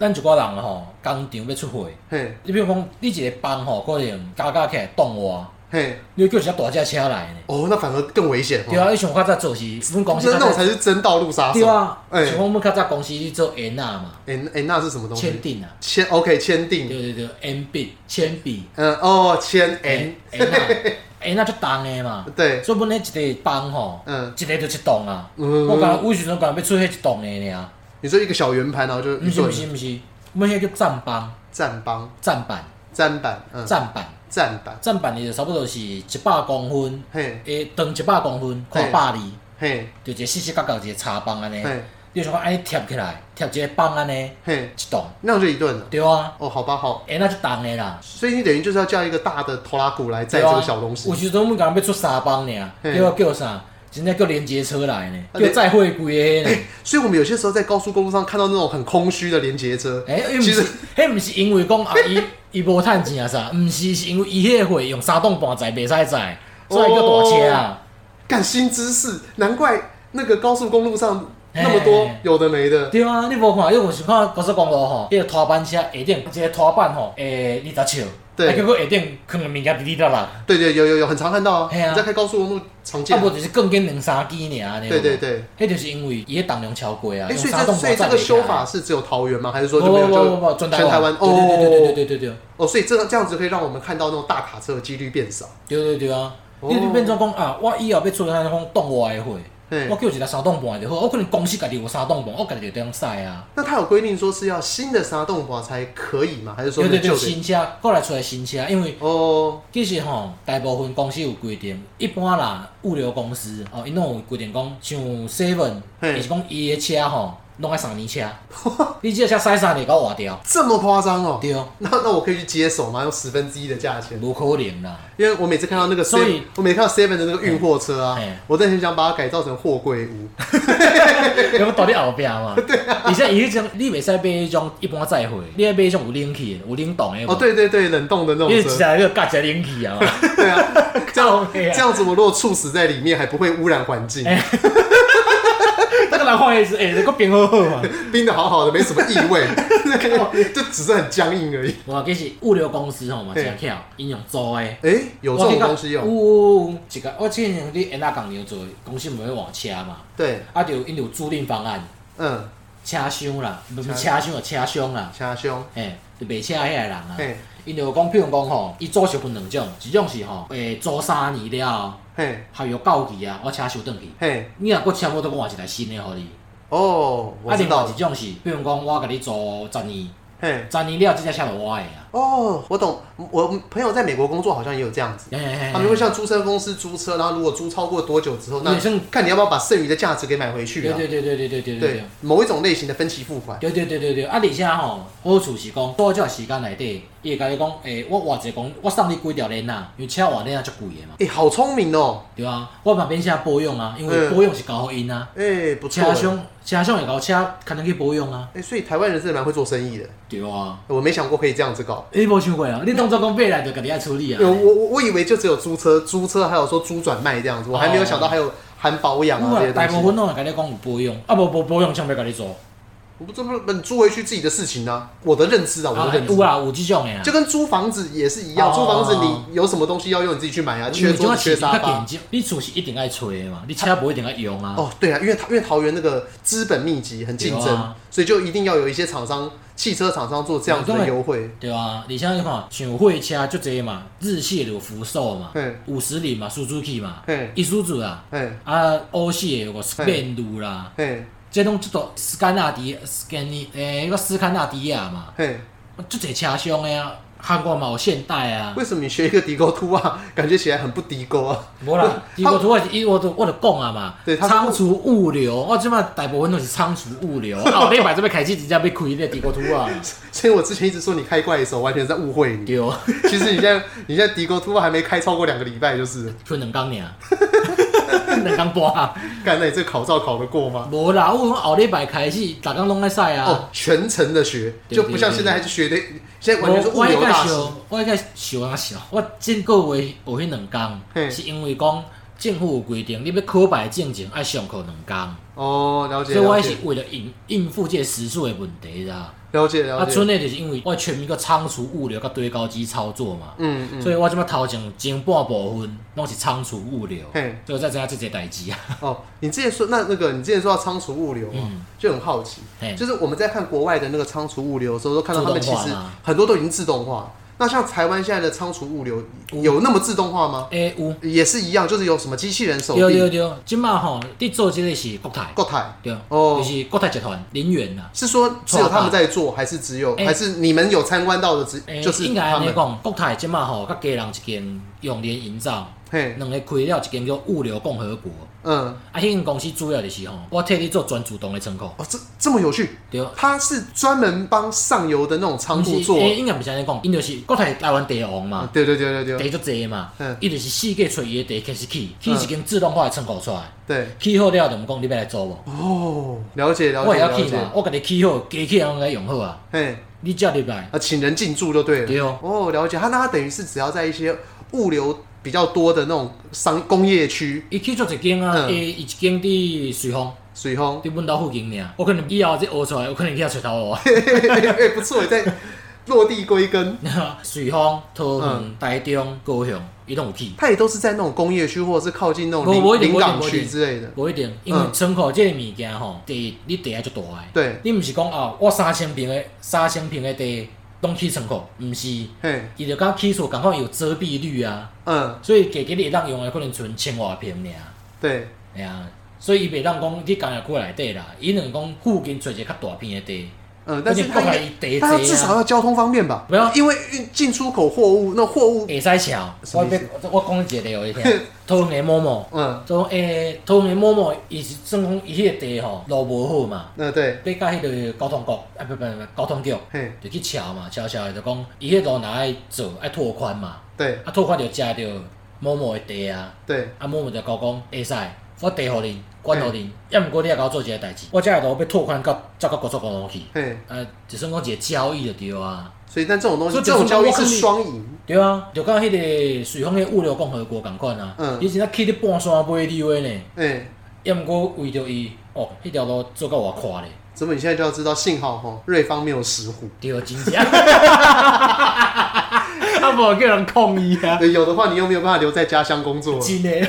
Speaker 1: 咱一寡人哦吼，工厂要出货。
Speaker 2: 嘿，
Speaker 1: 你比如讲，你一个班吼，可能加加起来动我，
Speaker 2: 嘿，
Speaker 1: 你要叫一只大只车来呢。
Speaker 2: 哦，那反而更危险。
Speaker 1: 对
Speaker 2: 哦，
Speaker 1: 啊，你想较早做是，阮公司较
Speaker 2: 那那种
Speaker 1: 早
Speaker 2: 才是真道路杀手。
Speaker 1: 对啊，
Speaker 2: 哎
Speaker 1: 想讲阮较早公司去做烟啊嘛，
Speaker 2: 哎哎，那是什么东
Speaker 1: 签
Speaker 2: 西？
Speaker 1: 订啊，
Speaker 2: 铅 OK，铅
Speaker 1: 对
Speaker 2: 定，
Speaker 1: 对对，烟笔、铅笔、
Speaker 2: 嗯，哦，铅 N，
Speaker 1: 烟烟啊， 烟啊就重的嘛。
Speaker 2: 对，
Speaker 1: 所以本来一个班吼，
Speaker 2: 嗯
Speaker 1: 一个就一栋啊。
Speaker 2: 嗯
Speaker 1: 我讲有时阵讲要出迄一栋的尔，
Speaker 2: 你说一个小圆盘，然后就
Speaker 1: 毋
Speaker 2: 一
Speaker 1: 是毋
Speaker 2: 顿
Speaker 1: 是毋是，阮迄叫站帮、
Speaker 2: 站帮、
Speaker 1: 站板、
Speaker 2: 站板，嗯，
Speaker 1: 站板、
Speaker 2: 站板，
Speaker 1: 站板，伊就差不多是一百公分，
Speaker 2: 嘿，
Speaker 1: 诶，长一百公分，
Speaker 2: 哎
Speaker 1: 宽百二。
Speaker 2: 嘿，
Speaker 1: 就一个细细角角一个插棒安尼，
Speaker 2: 嘿，
Speaker 1: 你想讲安尼贴起来，贴一个棒安尼，
Speaker 2: 嘿，
Speaker 1: 一栋，
Speaker 2: 那样就一顿了。
Speaker 1: 对啊，
Speaker 2: 哦，好吧，好，
Speaker 1: 哎那就重的啦，
Speaker 2: 所以你等于就是要叫一个大的拖拉鼓来载
Speaker 1: 对
Speaker 2: 这
Speaker 1: 啊，
Speaker 2: 个小东西
Speaker 1: 有。时阵阮讲要出三棒尔，
Speaker 2: 嘿
Speaker 1: 结果叫啥？真正叫连接车来呢，
Speaker 2: 啊
Speaker 1: 叫载货柜的呢。
Speaker 2: 哎所以我们有些时候在高速公路上看到那种很空虚的连接车，
Speaker 1: 哎，迄毋
Speaker 2: 其
Speaker 1: 是
Speaker 2: 实，
Speaker 1: 迄毋是因为讲啊，伊伊 无趁钱啊啥，毋是是因为伊迄个货用三档半载袂使载，所以叫大车啊。
Speaker 2: 干新知识，难怪那个高速公路上
Speaker 1: 哎
Speaker 2: 那么多
Speaker 1: 嘿
Speaker 2: 有的没的。
Speaker 1: 对啊，你无看，你有时看高速公路吼，迄个拖板车下顶一个拖板吼，诶，二十尺，
Speaker 2: 对
Speaker 1: 啊，结果下顶囥个物件滴滴答答。
Speaker 2: 对对，有有有，很常看到啊。
Speaker 1: 嘿啊
Speaker 2: 你在开高速公路常见
Speaker 1: 哎啊，。无哎就是更跟两三支尔安尼。
Speaker 2: 对对对。
Speaker 1: 迄就是因为伊迄重量超过啊，
Speaker 2: 哎，
Speaker 1: 用
Speaker 2: 所以
Speaker 1: 三
Speaker 2: 这
Speaker 1: 栋
Speaker 2: 所以
Speaker 1: 半载
Speaker 2: 这个
Speaker 1: 袂起来
Speaker 2: 修法是只有桃园吗？还是
Speaker 1: 不
Speaker 2: 说就没
Speaker 1: 不
Speaker 2: 有
Speaker 1: 不
Speaker 2: 就
Speaker 1: 不不，全
Speaker 2: 全台湾？
Speaker 1: 对
Speaker 2: 哦
Speaker 1: 对对对对对对
Speaker 2: 哦，所以这个这样子可以让我们看到那种大卡车的几率变少。
Speaker 1: 对对对啊！
Speaker 2: 哦
Speaker 1: 你就变做讲啊，我以后要出那种冻我的货，
Speaker 2: 嘿
Speaker 1: 我叫一个三档半就好，我可能公司家己有三档半，我家己就这样使啊。
Speaker 2: 那它有规定说是要新的沙动法才可以吗？还是说
Speaker 1: 对对对，
Speaker 2: 旧的？
Speaker 1: 新车过来出来新车，因为
Speaker 2: 哦，
Speaker 1: 其实吼，大部分公司有规定，一般啦，物流公司哦，因拢有规定讲，像 Seven，
Speaker 2: 嘿
Speaker 1: 就是讲伊的车吼，拢爱三年车，你这车驶三年搞换掉，
Speaker 2: 这么夸张哦？
Speaker 1: 对，
Speaker 2: 那那我可以去接手吗？用十分之一的价钱？
Speaker 1: 无可能啦。
Speaker 2: 因为我每次看到那个 s
Speaker 1: 所
Speaker 2: e
Speaker 1: 以
Speaker 2: 我每次看到 Seven 的那个运货车啊
Speaker 1: 嘿嘿，
Speaker 2: 我真的很想把它改造成货柜屋。
Speaker 1: 要倒你后壁嘛。对啊。而且伊迄种，你袂使买迄种一般载货，你要买迄种有冷气的、有冷冻的。有无
Speaker 2: 哦，，对对对，冷冻的那
Speaker 1: 因为
Speaker 2: 种
Speaker 1: 一
Speaker 2: 车，
Speaker 1: 台要加一台冷气啊嘛。
Speaker 2: 对 啊，这
Speaker 1: 靠
Speaker 2: 样
Speaker 1: 北啊
Speaker 2: 这样子我如果猝死在里面，还不会污染环境，
Speaker 1: 哎那个人看也是，哎，这个变好好嘛。
Speaker 2: 冰的好好的，没什么异 味，就只是很僵硬而已。
Speaker 1: 无，其实物流公司吼嘛，
Speaker 2: 嘿
Speaker 1: 真巧，因用租的。
Speaker 2: 哎，有这种东西
Speaker 1: 我
Speaker 2: 哦，
Speaker 1: 有有有一个，我之前伫因那工牛做的，公司毋会换车嘛，
Speaker 2: 对，
Speaker 1: 啊就因有租赁方案，
Speaker 2: 嗯，
Speaker 1: 车厢啦，毋是
Speaker 2: 车
Speaker 1: 车厢啊，车厢啦，
Speaker 2: 掐胸，
Speaker 1: 嘿，就卖车遐个人啊，
Speaker 2: 嘿，
Speaker 1: 因就讲，譬如讲吼，伊租是分两种，一种是吼，诶、租三年了，
Speaker 2: 嘿，
Speaker 1: 合约到期啊，我车收转去，
Speaker 2: 嘿，
Speaker 1: 你若搁签我，都换一台新的互你。
Speaker 2: 哦，我
Speaker 1: 啊，
Speaker 2: 知
Speaker 1: 另外
Speaker 2: 道
Speaker 1: 一
Speaker 2: 了，
Speaker 1: 种是，譬如讲我甲你租十年，
Speaker 2: 嘿，
Speaker 1: 十年了，即台车就我的啊。
Speaker 2: 哦，我懂，我朋友在美国工作好像也有这样子。
Speaker 1: 嘿嘿嘿
Speaker 2: 他们会向租车公司租车，然后如果租超过多久之后，那
Speaker 1: 也是
Speaker 2: 看你要不要把剩余的价值给买回去
Speaker 1: 对
Speaker 2: 啊？
Speaker 1: 对对对对对对对
Speaker 2: 对。，某一种类型的分期付款。
Speaker 1: 对对对对对，啊！而且吼，好处是讲，多少时间内底，伊会甲你讲，诶、我换一个讲，我送你几条链啊，因为车换链啊足贵的嘛，
Speaker 2: 哎、好聪明哦！
Speaker 1: 对啊，我嘛免啥保养啊，因为
Speaker 2: 嗯
Speaker 1: 保养是交互因啊，
Speaker 2: 哎、不错。
Speaker 1: 车商车商会交车，可能去保养啊，
Speaker 2: 哎、所以台湾人真的蛮会做生意的。哎
Speaker 1: 对啊，
Speaker 2: 我没想过可以这样子搞。
Speaker 1: 你无想过啊？你当作讲买来就家己爱处理啊
Speaker 2: 有？我我我以为就只有租车、租车，还有说租转卖这样子，我还没有想到还有含保养啊这
Speaker 1: 有
Speaker 2: 些
Speaker 1: 啊，大部
Speaker 2: 东
Speaker 1: 分
Speaker 2: 西。嗯
Speaker 1: 拢会甲你讲有保养，啊无无保养，想要甲你做？
Speaker 2: 我不这不你租回去自己的事情啊，我的认知啊，我
Speaker 1: 啊
Speaker 2: 的认知。
Speaker 1: 有啦，有即种的啊
Speaker 2: 就。跟租房子也是一样，
Speaker 1: 哦
Speaker 2: 租房子你有什么东西要用，你自己去买啊，缺桌子、缺沙发。
Speaker 1: 发，你厝是一定爱吹的嘛，你车无一定爱用啊。
Speaker 2: 哦，对啊，因为因为桃园那个资本密集，很竞
Speaker 1: 有
Speaker 2: 争
Speaker 1: 啊，
Speaker 2: 所以就一定要有一些厂商、汽车厂商做这样子的优惠。
Speaker 1: 对啊，而且你看，像货车足侪嘛，日系的有福寿嘛
Speaker 2: 嗯，
Speaker 1: 五十铃嘛，Suzuki 嘛
Speaker 2: 嗯，
Speaker 1: 伊苏子啊，
Speaker 2: 嘿，
Speaker 1: 啊，欧系的有个斯宾鲁啦，
Speaker 2: 嘿，
Speaker 1: 这拢即多斯堪纳迪斯堪尼诶，迄个斯堪纳迪亚嘛，
Speaker 2: 嘿。
Speaker 1: 足侪车厢的啊，韩国嘛有现代啊，
Speaker 2: 为什么你学一个迪沟突啊，感觉起来很不迪沟啊？
Speaker 1: 无啦，伊我我伊我都我都讲啊嘛，
Speaker 2: 对他
Speaker 1: 仓储物流，我即马大部分都是仓储物流，啊，后礼拜这边开始真正要开迄个地国图啊，
Speaker 2: 所以我之前一直说你开怪手，完全在误会你。
Speaker 1: 对，哦
Speaker 2: 其实你现在你现在迪沟突还没开超过两个礼拜，就是了，
Speaker 1: 剩两工尔， 两工半。
Speaker 2: 看那你这个考照考得过吗？
Speaker 1: 无啦，我从后礼拜开始，逐工拢在晒啊
Speaker 2: 哦。，全程的学，
Speaker 1: 对
Speaker 2: 就不像现在还是学的，现在完全是
Speaker 1: 我
Speaker 2: 物
Speaker 1: 我
Speaker 2: 流
Speaker 1: 该
Speaker 2: 大师。
Speaker 1: 想，我该想啊想，我这个月有迄两
Speaker 2: 嘿
Speaker 1: 工，是因为讲政府有规定，你要考牌进前爱上课两
Speaker 2: 哦，了
Speaker 1: 工，
Speaker 2: 解，
Speaker 1: 所以我
Speaker 2: 了
Speaker 1: 也
Speaker 2: 解
Speaker 1: 是，为了应应付这个时数的问题啦。
Speaker 2: 了解，
Speaker 1: 啊，
Speaker 2: 了
Speaker 1: 剩
Speaker 2: 解。
Speaker 1: 的就是因为我全面个仓储物流甲堆高机操作嘛，
Speaker 2: 嗯嗯，
Speaker 1: 所以我即摆头前前半部分拢是仓储物流，
Speaker 2: 嘿，
Speaker 1: 所以我才知影即个代 志啊。
Speaker 2: 哦，你之前说那那个，你之前说到仓储物流啊
Speaker 1: 嗯，
Speaker 2: 就很好奇，
Speaker 1: 嘿
Speaker 2: 就是我们在看国外的那个仓储物流的时候，都看到他们
Speaker 1: 自
Speaker 2: 其
Speaker 1: 动化
Speaker 2: 实
Speaker 1: 吗
Speaker 2: 很多都已经自动化。那像台湾现在的仓储物流
Speaker 1: 嗯
Speaker 2: 有那么自动化吗？
Speaker 1: 诶，哎有，
Speaker 2: 也是一样，就是有什么机器人手
Speaker 1: 对对
Speaker 2: 臂、
Speaker 1: 对，即摆吼，你做即个是国泰，
Speaker 2: 柜台，
Speaker 1: 对，
Speaker 2: 哦
Speaker 1: 就是国泰集团林啊园呐。
Speaker 2: 是说只有他们在做，还是只有，
Speaker 1: 哎
Speaker 2: 还是你们有参观到的只
Speaker 1: 诶、
Speaker 2: 就是
Speaker 1: 应该
Speaker 2: 他
Speaker 1: 安尼
Speaker 2: 们？
Speaker 1: 讲，国泰即马吼，甲家人一间永联营造，
Speaker 2: 嘿，
Speaker 1: 两个开了一间叫物流共和国。
Speaker 2: 嗯，
Speaker 1: 啊，迄间公司主要就是吼，我替你做全自动的仓库，
Speaker 2: 哦，这这么有趣，
Speaker 1: 对。
Speaker 2: 他是专门帮上游的那种仓库
Speaker 1: 不是
Speaker 2: 做，啊
Speaker 1: 诶应该毋是安尼讲，因就是国泰台湾地王嘛，
Speaker 2: 对对对对
Speaker 1: 地
Speaker 2: 对
Speaker 1: 足济嘛
Speaker 2: 嗯，
Speaker 1: 伊、就是四界找伊的地开始起，起
Speaker 2: 嗯
Speaker 1: 一间自动化的仓库出来，
Speaker 2: 对，
Speaker 1: 起好了就毋讲你要来做无，
Speaker 2: 哦，了解了
Speaker 1: 我会
Speaker 2: 解
Speaker 1: 晓
Speaker 2: 了
Speaker 1: 起嘛
Speaker 2: 解，，
Speaker 1: 我甲你起好，机器人拢甲用好啊，
Speaker 2: 嘿，
Speaker 1: 你接入来，
Speaker 2: 啊，请人进驻就对了，
Speaker 1: 对哦
Speaker 2: 哦，了解，他那他等于是只要在一些物流比较多的那种商工业区，
Speaker 1: 伊起足一间啊，
Speaker 2: 嗯
Speaker 1: 伊、伊一间伫随风。
Speaker 2: 水轰，
Speaker 1: 伫阮兜附近尔，我可能以后这学出来，我可能去遐找头路。啊
Speaker 2: 哎，不错，在落地归根。
Speaker 1: 随风、桃
Speaker 2: 嗯
Speaker 1: 园、台中、高雄，伊拢有去。
Speaker 2: 它也都是在那种工业区或者是靠近那种
Speaker 1: 不不一
Speaker 2: 林
Speaker 1: 定
Speaker 2: 林港
Speaker 1: 不一定
Speaker 2: 区之类的。
Speaker 1: 无一定，因为仓库即个物件吼，地你地啊足大诶。
Speaker 2: 对，
Speaker 1: 你毋是讲哦，我三千平诶，三千平诶地拢起仓库，毋是，
Speaker 2: 嘿，
Speaker 1: 伊就讲起厝共款有遮蔽率啊，
Speaker 2: 嗯，
Speaker 1: 所以家己你会当用诶可能剩千外平尔，
Speaker 2: 对，
Speaker 1: 哎呀，所以伊袂当讲你工业区内底啦，伊能讲附近找一个较大片的地，
Speaker 2: 嗯，但是
Speaker 1: 你
Speaker 2: 他
Speaker 1: 看
Speaker 2: 应
Speaker 1: 伊地
Speaker 2: 该，但他至
Speaker 1: 济
Speaker 2: 少
Speaker 1: 啊，
Speaker 2: 要交通方便吧？
Speaker 1: 没有
Speaker 2: 因为运进出口货物，那货物，
Speaker 1: 会使瞧。
Speaker 2: 什
Speaker 1: 我
Speaker 2: 么意
Speaker 1: 要
Speaker 2: 思
Speaker 1: 我讲一个互你 听，桃园的某某，欸
Speaker 2: 嗯，
Speaker 1: 就讲诶，桃园的某某，伊是算讲伊迄个地吼路无好嘛，
Speaker 2: 那呃对，
Speaker 1: 要甲迄个交通局啊，不不不，交通局
Speaker 2: 嘿，
Speaker 1: 就去瞧嘛，瞧瞧就讲伊迄路若爱做爱拓宽嘛，
Speaker 2: 对
Speaker 1: 啊拓宽就食着某某的地啊。
Speaker 2: 对，
Speaker 1: 啊，某某就讲讲会使，我地互恁，管互恁，要毋过你也甲我做一个代志，我遮个路要拓宽到走到高速公路去，
Speaker 2: 嘿，
Speaker 1: 啊，就算讲一个交易就对啊，
Speaker 2: 所以但这种东西，
Speaker 1: 所以
Speaker 2: 这
Speaker 1: 就是
Speaker 2: 种交易
Speaker 1: 我跟
Speaker 2: 是
Speaker 1: 你
Speaker 2: 双赢，
Speaker 1: 对啊，就甲迄个水丰迄个物流共和国共款啊，
Speaker 2: 嗯
Speaker 1: 伊是那起咧半山买溜的呢，
Speaker 2: 哎，
Speaker 1: 要毋过为着伊，哦，迄条路做到偌宽咧，
Speaker 2: 怎么你现在就要知道？幸好吼，瑞芳没有石虎，
Speaker 1: 对，真正， 啊，无叫人抗议啊，
Speaker 2: 对有的话你又没有办法留在家乡工作，
Speaker 1: 真诶，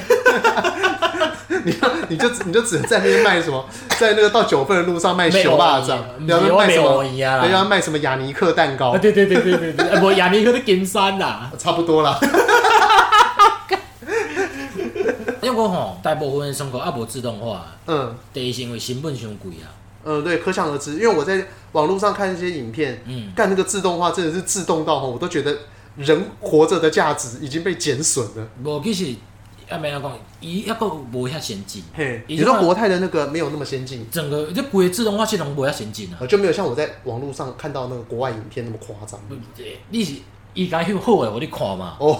Speaker 2: 你你就你就只能在那边卖什么，在那个到九份的路上卖熊霸掌，
Speaker 1: 没
Speaker 2: 然
Speaker 1: 有
Speaker 2: 后
Speaker 1: 意义没有意
Speaker 2: 要卖什么
Speaker 1: 义啊，啦
Speaker 2: 对要卖什么雅尼克蛋糕
Speaker 1: 啊，，对对对对对对，啊，无亚尼克咧金山啦。
Speaker 2: 差不多啦。
Speaker 1: 因为吼，大部分的生活啊无自动化，
Speaker 2: 嗯
Speaker 1: 第一是因为成本伤贵啊，
Speaker 2: 嗯，对，可想而知，因为我在网络上看一些影片，
Speaker 1: 嗯，
Speaker 2: 干那个自动化真的是自动到吼，我都觉得人活着的价值已经被减损了。
Speaker 1: 无其实啊，免安讲，伊抑佫无遐先进，
Speaker 2: 嘿，
Speaker 1: 已
Speaker 2: 你
Speaker 1: 经
Speaker 2: 说
Speaker 1: 换
Speaker 2: 国泰的那个没有那么先进，
Speaker 1: 整个这规个自动化系统无遐先进啊。
Speaker 2: 呃就没有像我在网络上看到那个国外影片那么夸张。
Speaker 1: 你是伊家翕好诶，互你看嘛。
Speaker 2: 哦，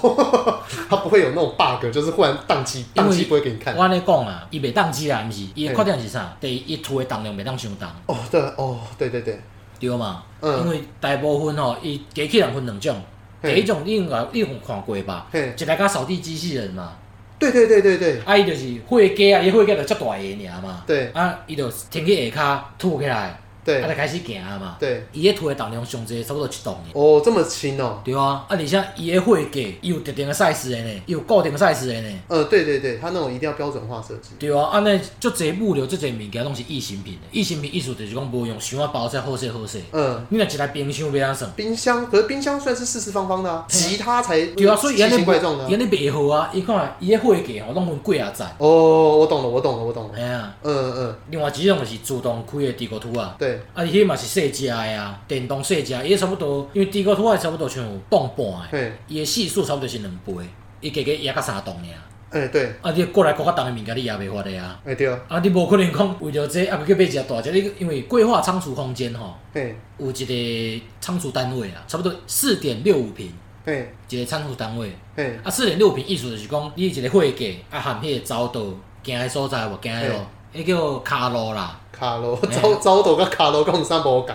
Speaker 2: 它不会有那种 bug，就是忽然宕机，
Speaker 1: 因
Speaker 2: 宕
Speaker 1: 为
Speaker 2: 机不会给你看
Speaker 1: 我。安尼讲啊，伊袂当机啦，毋是？伊诶
Speaker 2: 嘿
Speaker 1: 缺点是啥？第一，伊推诶重量袂当伤重，
Speaker 2: 哦，对，哦，对对对，
Speaker 1: 对嘛？
Speaker 2: 嗯
Speaker 1: 因为大部分吼，伊机器人分两种，第
Speaker 2: 嘿
Speaker 1: 一种你应该你有看过吧？
Speaker 2: 嘿
Speaker 1: 一台甲扫地机器人嘛，
Speaker 2: 对对对对对
Speaker 1: 啊，伊就是火鸡啊，伊火鸡就遮大个尔嘛。
Speaker 2: 对
Speaker 1: 啊，伊就停去下骹吐起来，啊，就
Speaker 2: 对
Speaker 1: 开始行啊嘛。
Speaker 2: 对，
Speaker 1: 伊迄吐的重量上济差不多一吨的，
Speaker 2: 哦，这么轻哦，
Speaker 1: 对啊。啊，而且伊的货价，伊有特定的 size 的呢，伊有固定的 size 的呢，
Speaker 2: 呃，对对对，它那种一定要标准化设计。
Speaker 1: 对啊。安尼足侪物流，足侪物件拢是易成品的。易成品意思就是讲无用箱啊包才好势好势。
Speaker 2: 嗯，
Speaker 1: 你若一台冰箱要安算，
Speaker 2: 冰箱，可是冰箱算是四四方方的啊，
Speaker 1: 嘿啊
Speaker 2: 吉他才
Speaker 1: 对啊，所以伊
Speaker 2: 嗯奇
Speaker 1: 安尼
Speaker 2: 形怪状的
Speaker 1: 伊
Speaker 2: 啊。
Speaker 1: 安尼袂好啊。伊看伊的货价吼，拢分几啊层，
Speaker 2: 哦，我懂了，我懂了，我懂了。
Speaker 1: 哎呀。
Speaker 2: 嗯嗯，
Speaker 1: 另外一种就是自动开的地沟土啊，
Speaker 2: 对，
Speaker 1: 啊，伊迄嘛是细只的啊，电动细只，伊差不多，因为地沟土啊差不多像磅半的。
Speaker 2: 嘿，
Speaker 1: 伊的系数差不多是两倍，伊加加压到三栋尔。
Speaker 2: 哎对，
Speaker 1: 啊，你过来国较重的物件，你也袂发的啊。
Speaker 2: 哎对啊，
Speaker 1: 啊，你无可能讲为着这啊，要去买一只大只，你因为规划仓储空间吼，
Speaker 2: 嘿，
Speaker 1: 有一个仓储单位啊，差不多四点六五平
Speaker 2: 嘿，
Speaker 1: 一个仓储单位。
Speaker 2: 嘿，
Speaker 1: 啊，四点六平意思就是讲，你一个会计啊含迄个走道行的所在无行的路，迄叫卡路啦。
Speaker 2: 卡罗
Speaker 1: 嘿
Speaker 2: 招招斗跟卡罗跟我们三无共。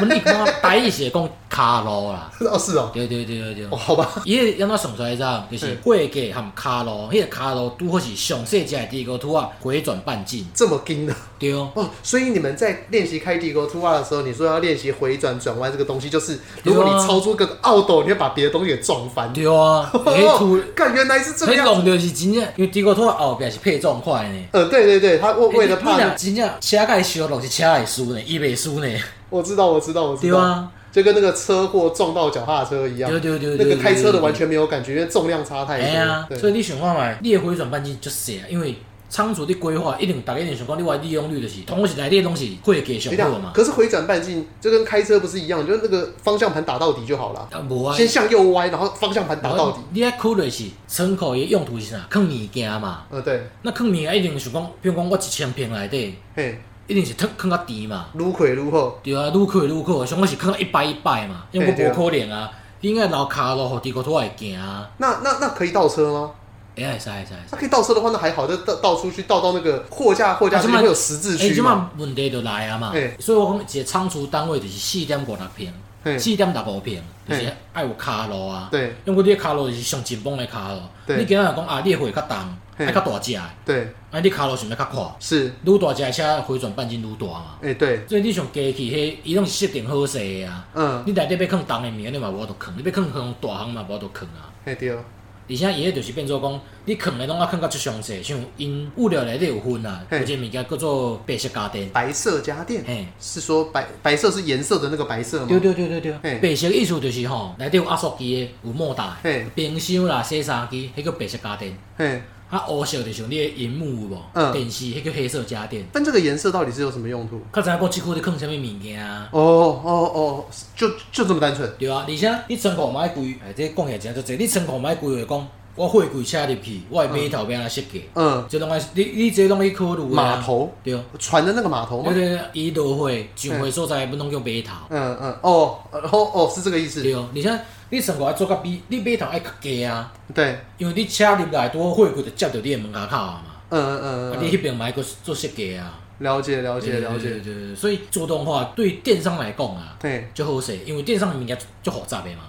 Speaker 1: 我你讲台语是会讲卡路啦，
Speaker 2: 哦是哦，
Speaker 1: 对对对对对
Speaker 2: 哦。好吧，
Speaker 1: 伊迄安怎算出来怎？就是会计含卡路，迄个卡路拄好是上细只的地沟土啊，回转半径，
Speaker 2: 这么硬的
Speaker 1: 对。
Speaker 2: 哦，所以你们在练习开地沟突啊的时候，你说要练习回转转弯这个东西，就是如果
Speaker 1: 对
Speaker 2: 你
Speaker 1: 啊
Speaker 2: 超出个凹斗，你会把别的东西给撞 翻。
Speaker 1: 对 啊，迄土
Speaker 2: 哦，干原来是这个
Speaker 1: 迄
Speaker 2: 样子。
Speaker 1: 弄着是真正，因为地沟土啊后壁是配重块呢。
Speaker 2: 呃，对对对，他为为
Speaker 1: 哎
Speaker 2: 了
Speaker 1: 你若
Speaker 2: 怕，
Speaker 1: 真正车盖烧落是车会输呢，伊袂输呢，
Speaker 2: 我知道我知道我知
Speaker 1: 对
Speaker 2: 道，
Speaker 1: 啊，
Speaker 2: 就跟那个车祸撞到脚踏车一样
Speaker 1: 对，对对
Speaker 2: 那
Speaker 1: 对。
Speaker 2: 个开车的完
Speaker 1: 全。
Speaker 2: 全没有感觉，因为重量差太
Speaker 1: 哎呀，
Speaker 2: 多。
Speaker 1: 所
Speaker 2: 对，
Speaker 1: 以你想看觅，你的回转半径就细啊，因为仓储的规划一定大家一定想讲，你话利用率就是，同时内底拢是会计上
Speaker 2: 你
Speaker 1: 好的
Speaker 2: 看，
Speaker 1: 嘛。
Speaker 2: 可是回转半径就跟开车不是一样，就是那个方向盘打到底就好了，
Speaker 1: 啊，无啊，
Speaker 2: 先向右歪，然后方向盘打到底。
Speaker 1: 你爱考虑是仓库伊用途是啥？放物件嘛，
Speaker 2: 呃，对，
Speaker 1: 那放物件一定是讲，比如讲我一千平内底，
Speaker 2: 嘿，
Speaker 1: 一定是放放较甜嘛。
Speaker 2: 撸腿撸后，
Speaker 1: 对啊，愈去愈去，上好是放到一摆一摆嘛，因为
Speaker 2: 对
Speaker 1: 无可能啊。你应该留骹路，互地沟土会行啊。
Speaker 2: 那那那可以倒车吗？
Speaker 1: 哎，会使会使会使。
Speaker 2: 那可以倒车的话，那还好，就倒倒出去，倒到那个货架货架
Speaker 1: 啊
Speaker 2: 这
Speaker 1: 这么
Speaker 2: 边会有十字
Speaker 1: 哎，
Speaker 2: 区
Speaker 1: 即
Speaker 2: 嘛。
Speaker 1: 嘛问题就来啊嘛
Speaker 2: 嘿。
Speaker 1: 所以我讲一个仓储单位就是四点五六平，
Speaker 2: 嘿，
Speaker 1: 四点六五平，就是
Speaker 2: 嘿
Speaker 1: 爱有骹路啊。
Speaker 2: 对
Speaker 1: 因为你的骹路是上紧绷的骹路，
Speaker 2: 对
Speaker 1: 你今仔讲啊，你的货较重，
Speaker 2: 嘿
Speaker 1: 爱较大只的，啊
Speaker 2: 对
Speaker 1: 你骹路想要较宽。
Speaker 2: 是，
Speaker 1: 愈大只的车回转半径愈大嘛，
Speaker 2: 哎对，
Speaker 1: 所以你上加去迄伊拢是设定好势的啊。
Speaker 2: 嗯，
Speaker 1: 你内底要放重的物件，你嘛无法度放；你要放放大项嘛无法度放啊。
Speaker 2: 哎对哦，
Speaker 1: 而且伊迄就是变做讲，你放的拢啊放到出详细，像因物料内底有分啊，
Speaker 2: 嘿
Speaker 1: 有一个物件叫做白色家电，
Speaker 2: 白色家电
Speaker 1: 嘿，
Speaker 2: 是说白白色是颜色的那个白色
Speaker 1: 对
Speaker 2: 吗？
Speaker 1: 对对对对，
Speaker 2: 嘿
Speaker 1: 白色的意思就是吼，内底有压缩机的，有莫打的
Speaker 2: 嘿，
Speaker 1: 冰箱啦、洗衫机，迄叫白色家电。
Speaker 2: 嘿，
Speaker 1: 啊，乌色就像你的荧幕有无？
Speaker 2: 嗯
Speaker 1: 电视迄叫黑色家电。
Speaker 2: 但这个颜色到底是有什么用途？
Speaker 1: 较知影讲即区咧藏啥物物件啊？
Speaker 2: 哦哦哦，就就这么单纯。
Speaker 1: 对啊，而且你仓库毋爱规，哎，这讲起来真足济。你仓库毋爱规话讲，我货柜车入去，我的码头边啊设计，
Speaker 2: 嗯，
Speaker 1: 这拢爱你你这拢去考虑的啊
Speaker 2: 码头
Speaker 1: 对啊。
Speaker 2: 船的那个码头吗
Speaker 1: 对？对对，伊落货上货所在，要拢叫码头。
Speaker 2: 嗯嗯，哦哦哦，是这个意思。
Speaker 1: 对，而且你仓库爱做甲比，你码头爱较低啊，
Speaker 2: 对，
Speaker 1: 因为你车入来拄好货柜就接到你的门牙口啊嘛。
Speaker 2: 嗯嗯嗯
Speaker 1: 啊，
Speaker 2: 嗯
Speaker 1: 你
Speaker 2: 嗯，
Speaker 1: 迄边嘛爱搁做设计啊。
Speaker 2: 了解了解了
Speaker 1: 对对
Speaker 2: 解。
Speaker 1: 对对对，所以自动化对电商来讲啊，
Speaker 2: 对，
Speaker 1: 就好势，因为电商的物件就复杂的嘛。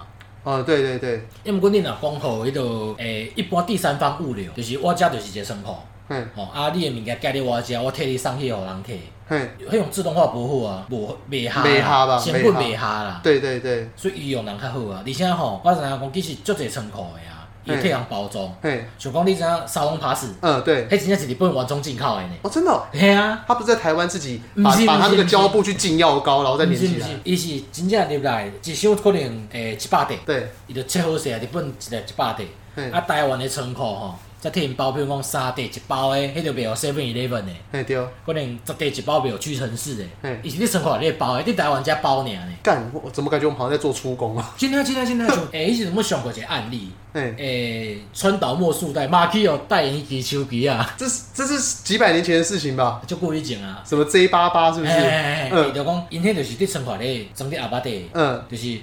Speaker 2: 哦对对对，
Speaker 1: 要毋过你若讲好迄落诶，一般第三方物流，就是我遮就是一个仓库，
Speaker 2: 嗯
Speaker 1: 吼、啊，你的物件寄伫我遮，我替你送去互人摕，
Speaker 2: 嗯，
Speaker 1: 迄种自动化无好啊，无袂下啦，
Speaker 2: 袂合吧
Speaker 1: 成
Speaker 2: 袂
Speaker 1: 本
Speaker 2: 合
Speaker 1: 袂下啦，
Speaker 2: 对对对，
Speaker 1: 所以伊用人较好啊。而且吼、我知影讲其实足侪仓库的啊，伊替人包装，
Speaker 2: 嘿，
Speaker 1: 像讲你知影沙龙 pass，
Speaker 2: 嗯对
Speaker 1: 迄，真正是日本原装进口的呢。
Speaker 2: 哦真的哦，
Speaker 1: 嘿啊，
Speaker 2: 他不是在台湾自己
Speaker 1: 不
Speaker 2: 把
Speaker 1: 嗯是
Speaker 2: 把
Speaker 1: 不
Speaker 2: 他
Speaker 1: 是
Speaker 2: 那个
Speaker 1: 不是
Speaker 2: 胶布去浸药膏，然后再
Speaker 1: 毋
Speaker 2: 粘
Speaker 1: 是
Speaker 2: 起
Speaker 1: 毋是
Speaker 2: 来。，
Speaker 1: 伊是真正入来一箱可能诶一百块。
Speaker 2: 对，
Speaker 1: 伊就切好势啊，日本一个一百块，
Speaker 2: 嘿
Speaker 1: 啊台湾的仓库吼，再替因包，比如讲三块一包的，迄就卖互 Seven Eleven 的，
Speaker 2: 嘿哦丢，
Speaker 1: 可能十块一包卖互屈臣氏的
Speaker 2: 嘿，
Speaker 1: 伊是你仓库内底包的，你台湾才包尔呢。
Speaker 2: 干，我我怎么感觉我们好像在做出工啊？
Speaker 1: 真天真天真天像，诶，以前我上过一个案例，
Speaker 2: 嘿，
Speaker 1: 诶，川岛茉树代马去哦代言一支手机啊，
Speaker 2: 这是这是几百年前的事情吧？
Speaker 1: 足久以前啊，
Speaker 2: 什么 J 八八是不是？
Speaker 1: 哎诶，伊
Speaker 2: 嗯
Speaker 1: 就讲，因迄就是你仓库内底装伫阿爸底，
Speaker 2: 嗯，
Speaker 1: 就是。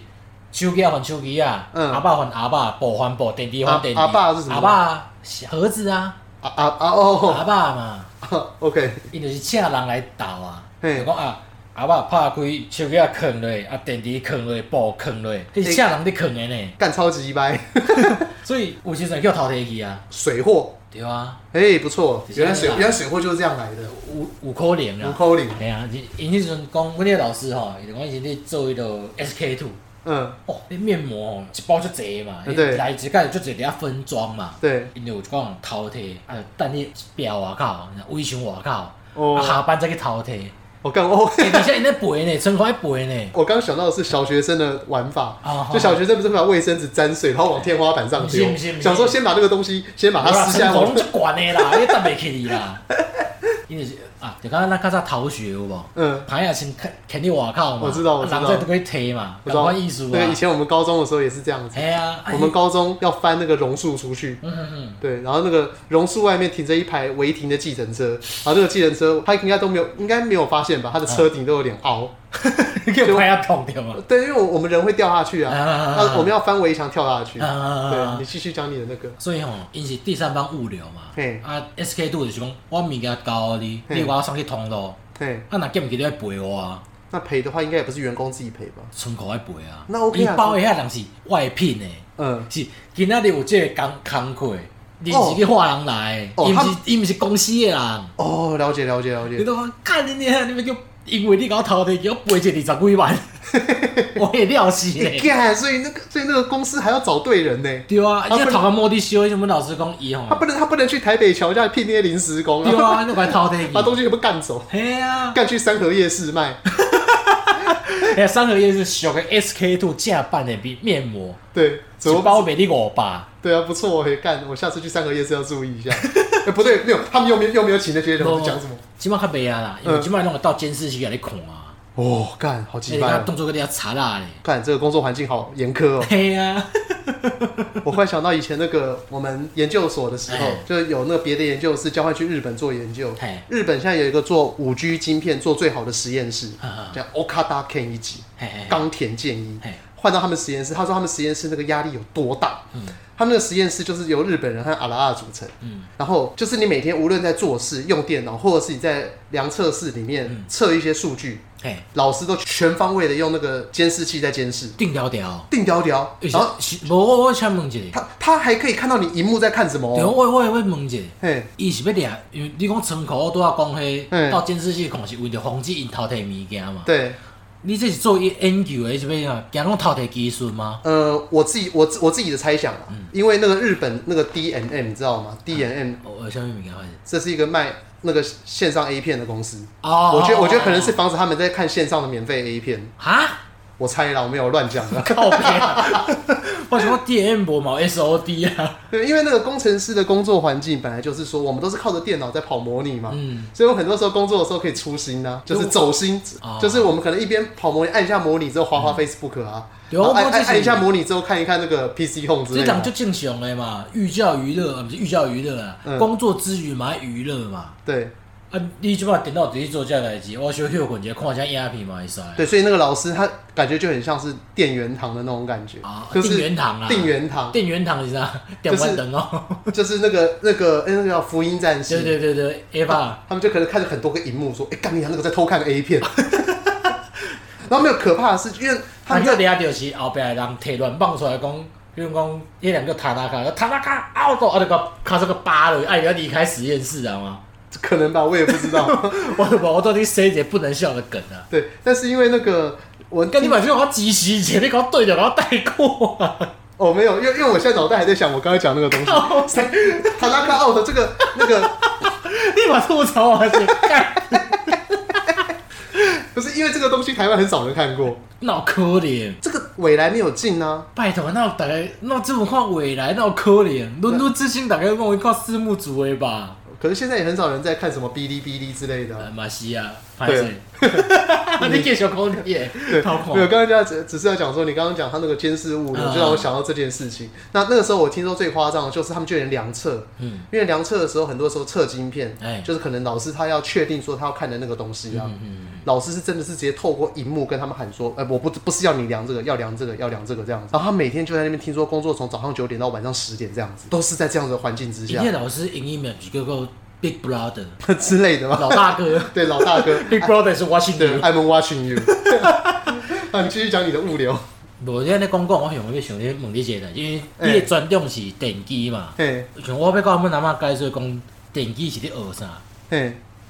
Speaker 1: 手机啊换手机啊，
Speaker 2: 嗯啊
Speaker 1: 阿爸换阿爸，布换布，电池换电池。
Speaker 2: 阿阿爸是什么
Speaker 1: 阿爸盒子啊，
Speaker 2: 啊啊啊
Speaker 1: 阿
Speaker 2: 哦
Speaker 1: 爸嘛，
Speaker 2: 啊，OK，
Speaker 1: 伊就是请人来斗啊，
Speaker 2: 嘿
Speaker 1: 就讲啊，阿爸拍开手机啊，藏落，啊电池藏落，布藏落，迄是请人伫藏的呢，
Speaker 2: 干超级掰，
Speaker 1: 所以有时阵叫淘汰去啊，
Speaker 2: 水货，
Speaker 1: 对啊，
Speaker 2: 哎不错，
Speaker 1: 是这
Speaker 2: 原
Speaker 1: 样
Speaker 2: 来水
Speaker 1: 啊
Speaker 2: 原来水货就是这样来的，
Speaker 1: 有有可能
Speaker 2: 无
Speaker 1: 啊，
Speaker 2: 扣零，
Speaker 1: 系啊，因迄阵讲，阮迄个老师吼，伊就讲伊是咧做迄个 SK two。
Speaker 2: 嗯，
Speaker 1: 哦，迄面膜吼一包足济嘛，
Speaker 2: 啊对
Speaker 1: 来一届足济，底下分装嘛，
Speaker 2: 对，
Speaker 1: 因就有一个人偷摕，啊，等你标外口，微信外口，
Speaker 2: 哦
Speaker 1: 啊下班再去偷摕，
Speaker 2: 我干哦。
Speaker 1: 欸而且因咧背呢，真快背呢，
Speaker 2: 我刚想到的是小学生的玩法
Speaker 1: 啊，
Speaker 2: 就小学生不是会把卫生纸沾水，然后往天花板上丢
Speaker 1: 不是不是不，是
Speaker 2: 想说先把这个东西先把它撕下来，
Speaker 1: 啊拢足悬的啦， 你等袂起你啦。因为是啊，就讲咱较早逃学有无？
Speaker 2: 嗯，
Speaker 1: 牌也先牵牵你外口嘛，
Speaker 2: 我知道我
Speaker 1: 啊
Speaker 2: 知道
Speaker 1: 人在都去摕嘛，
Speaker 2: 我
Speaker 1: 有
Speaker 2: 知道
Speaker 1: 款意思啊。
Speaker 2: 对，以前我们高中的时候也是这样子，
Speaker 1: 嘿啊，
Speaker 2: 我们高中要翻那个榕树出去，
Speaker 1: 嗯嗯嗯，
Speaker 2: 对，然后那个榕树外面停着一排违停的计程车，然后这个计程车他应该都没有，应该没有发现吧？他的车顶都有点凹，
Speaker 1: 你 叫牌也碰着嘛。
Speaker 2: 对，因为我我们人会掉下去啊，
Speaker 1: 啊啊啊
Speaker 2: 那我们要翻围墙跳下去。
Speaker 1: 啊啊啊
Speaker 2: 对，
Speaker 1: 啊
Speaker 2: 你继续讲你的那个，
Speaker 1: 所以吼，因是第三方物流嘛
Speaker 2: 嘿，
Speaker 1: 啊，SK two 就是讲我物件交你，
Speaker 2: 嘿
Speaker 1: 你有我送去通路，
Speaker 2: 对，
Speaker 1: 啊若见毋记得赔我啊，
Speaker 2: 那赔的话应该也不是员工自己赔吧？
Speaker 1: 仓库爱赔啊。
Speaker 2: 那 OK 啊
Speaker 1: 因包的遐人是外聘的。
Speaker 2: 嗯，
Speaker 1: 是今仔日有即个工工课，你是去画人来的，
Speaker 2: 哦
Speaker 1: 伊毋
Speaker 2: 他
Speaker 1: 是伊毋是公司的人，
Speaker 2: 哦，了解了解了
Speaker 1: 你
Speaker 2: 解，
Speaker 1: 都讲干你娘，你要叫因为你搞偷摕，叫我赔一二十几 万，我会了死
Speaker 2: 你
Speaker 1: 嘞。
Speaker 2: 看，所以那个所以那个公司还要找对人呢，
Speaker 1: 对啊，
Speaker 2: 他不
Speaker 1: 你头壳摸伫烧，什么老师讲伊吼
Speaker 2: 他，不能他不能去台北桥下聘那些临时工，
Speaker 1: 对啊，你把偷摕
Speaker 2: 把
Speaker 1: 去。
Speaker 2: 东西全部干走，
Speaker 1: 嘿啊，
Speaker 2: 干去三河夜市卖，
Speaker 1: 哎，三合一是俗个 SK two 正版的面面膜，
Speaker 2: 对，怎
Speaker 1: 一
Speaker 2: 么
Speaker 1: 包卖你五百，
Speaker 2: 对啊，不错欸，干，我下次去三河夜市要注意一下。 哎、不对，没有，他们又没有又没有请那些人，哎我在讲什么？嗯
Speaker 1: 即摆较袂啊啦，因为即摆弄到监视器甲你看啊，
Speaker 2: 哦，干，好
Speaker 1: 哎你
Speaker 2: 鸡巴
Speaker 1: 甲
Speaker 2: 哦！
Speaker 1: 动作个你要查啦咧。。
Speaker 2: 干，这个工作环境好严苛哦
Speaker 1: 嘿啊，
Speaker 2: 我忽然想到以前那个我们研究所的时候
Speaker 1: 哎，
Speaker 2: 就是有那个别的研究室交换去日本做研究
Speaker 1: 嘿。
Speaker 2: 日本现在有一个做五 G 晶片做最好的实验室
Speaker 1: 啊啊，
Speaker 2: 叫 Okada Ken 一级。
Speaker 1: 嘿嘿嘿
Speaker 2: 冈田健一
Speaker 1: 哎嘿
Speaker 2: 换到他们实验室，他说他们实验室那个压力有多大？
Speaker 1: 嗯
Speaker 2: 他们的实验室就是由日本人和阿拉阿组成，然后就是你每天无论在做事、用电脑，或者是你在量测室
Speaker 1: 嗯
Speaker 2: 里面测一些数据，
Speaker 1: 嘿，
Speaker 2: 老师都全方位的用那个监视器在监视，
Speaker 1: 定条条。
Speaker 2: 定条条，
Speaker 1: 欸
Speaker 2: 然后
Speaker 1: 是是无我我请问一下，
Speaker 2: 他他还可以看到你荧幕在看什么
Speaker 1: 对，
Speaker 2: 哦、
Speaker 1: 我我我问一下，
Speaker 2: 嘿，
Speaker 1: 伊是要掠，因为你讲仓库，我拄仔讲
Speaker 2: 嗯
Speaker 1: 迄到监视器看是为着防止因偷摕物件嘛。
Speaker 2: 对，
Speaker 1: 你这是做研究的，是要啊，惊讲偷摕技术吗？
Speaker 2: 呃，我自己我自我自己的猜想啊，
Speaker 1: 嗯
Speaker 2: 因为那个日本那个 DMM 你知道吗？DMM
Speaker 1: 哦，呃，啥物物件发生？
Speaker 2: 这是一个卖那个线上 A 片的公司。
Speaker 1: 哦
Speaker 2: 我觉得，我觉得可能是
Speaker 1: 哦
Speaker 2: 防止他们在看线上的免费 A 片，
Speaker 1: 哦哦哈，
Speaker 2: 啊我猜啦，我没有乱讲的。
Speaker 1: 靠边， 我想讲 DM 无嘛有 SOD 啊，
Speaker 2: 对，因为那个工程师的工作环境本来就是说，我们都是靠着电脑在跑模拟嘛，
Speaker 1: 嗯，
Speaker 2: 所以我很多时候工作的时候可以粗心啊，就是走心，
Speaker 1: 哦
Speaker 2: 就是我们可能一边跑模拟，按一下模拟之后滑
Speaker 1: 嗯
Speaker 2: 滑 Facebook 啊，
Speaker 1: 对啊
Speaker 2: 然后按
Speaker 1: 我之
Speaker 2: 按
Speaker 1: 前
Speaker 2: 按一下模拟之后看一看那个 PC Home 之
Speaker 1: 这
Speaker 2: 类
Speaker 1: 人就
Speaker 2: 的，啊
Speaker 1: 正常诶嘛，寓教于乐，啊，不是寓教于乐啊，
Speaker 2: 嗯
Speaker 1: 工作之余嘛要娱乐嘛。
Speaker 2: 对
Speaker 1: 啊，你即摆电脑直接做这代志，我小休困一下，看一下影片嘛会使。
Speaker 2: 对，所以那个老师他感觉就很像是电源堂的那种感觉
Speaker 1: 啊，，
Speaker 2: 就
Speaker 1: 定
Speaker 2: 是
Speaker 1: 元堂啊，
Speaker 2: 定元堂，
Speaker 1: 定元堂是啥？电玩灯哦，
Speaker 2: 就是那个那个哎那个叫福音战士，
Speaker 1: 对对对对，A 啊吧，
Speaker 2: 他们就可能看着很多个荧幕，说：“哎、干你娘那个在偷看 A 片。” 然后没有可怕的是，因为
Speaker 1: 他
Speaker 2: 他们
Speaker 1: 这
Speaker 2: 在
Speaker 1: 俩就是后壁的人摕乱放出来讲，比如讲，迄两个塔纳卡，塔纳卡 out，啊，就个卡这个扒了，哎，要离开实验室啊嘛。
Speaker 2: 可能吧，我也不知道。
Speaker 1: 我我我到底谁一个不能笑的梗啊？
Speaker 2: 对，但是因为那个我
Speaker 1: 跟你买这种我及时姐，你给我对着，然后带过啊！
Speaker 2: 哦没有，因为因为我现在脑袋还在想我刚才讲那个东西，塔拉卡奥的这个那个
Speaker 1: 立马吐槽我，姐干
Speaker 2: 不是因为这个东西台湾很少人看过，
Speaker 1: 闹可怜。
Speaker 2: 这个未来没有进啊。
Speaker 1: 拜托，那大家那这么看未来，那可怜，轮轮之星大概跟我看私募组的吧？
Speaker 2: 可是现在也很少人在看什么哔哩哔哩之类的啊、
Speaker 1: 呃，马西啊，拍
Speaker 2: 对
Speaker 1: 谁？你继续讲你的， 偷看
Speaker 2: 没有，刚刚家只只是要讲说，你刚刚讲他那个监视物，
Speaker 1: 嗯
Speaker 2: 就让我想到这件事情。那那个时候我听说最夸张的就是他们就连量测，
Speaker 1: 嗯
Speaker 2: 因为量测的时候很多时候测晶片，
Speaker 1: 哎嗯
Speaker 2: 就是可能老师他要确定说他要看的那个东西啊，老师是真的是直接透过荧幕跟他们喊说，哎、我不不是要你量这个，要量这个，要量这个这样子。然后他每天就在那边听说工作从早上九点到晚上十点这样子，都是在这样子的环境之
Speaker 1: 今
Speaker 2: 下
Speaker 1: 天老师英语名是叫做 Big Brother
Speaker 2: 之类的嘛。
Speaker 1: 老大哥
Speaker 2: 对，老大哥
Speaker 1: ，Big Brother 是 watching
Speaker 2: 对
Speaker 1: you。
Speaker 2: ，I'm watching you。啊，你继续讲你的物流，
Speaker 1: 无你安尼讲讲，我想要想要问你一个代，因为
Speaker 2: 哎
Speaker 1: 你的专长是电机嘛，
Speaker 2: 嘿，
Speaker 1: 像我要甲阮阿嬷解释讲电机是咧学啥，
Speaker 2: 嘿，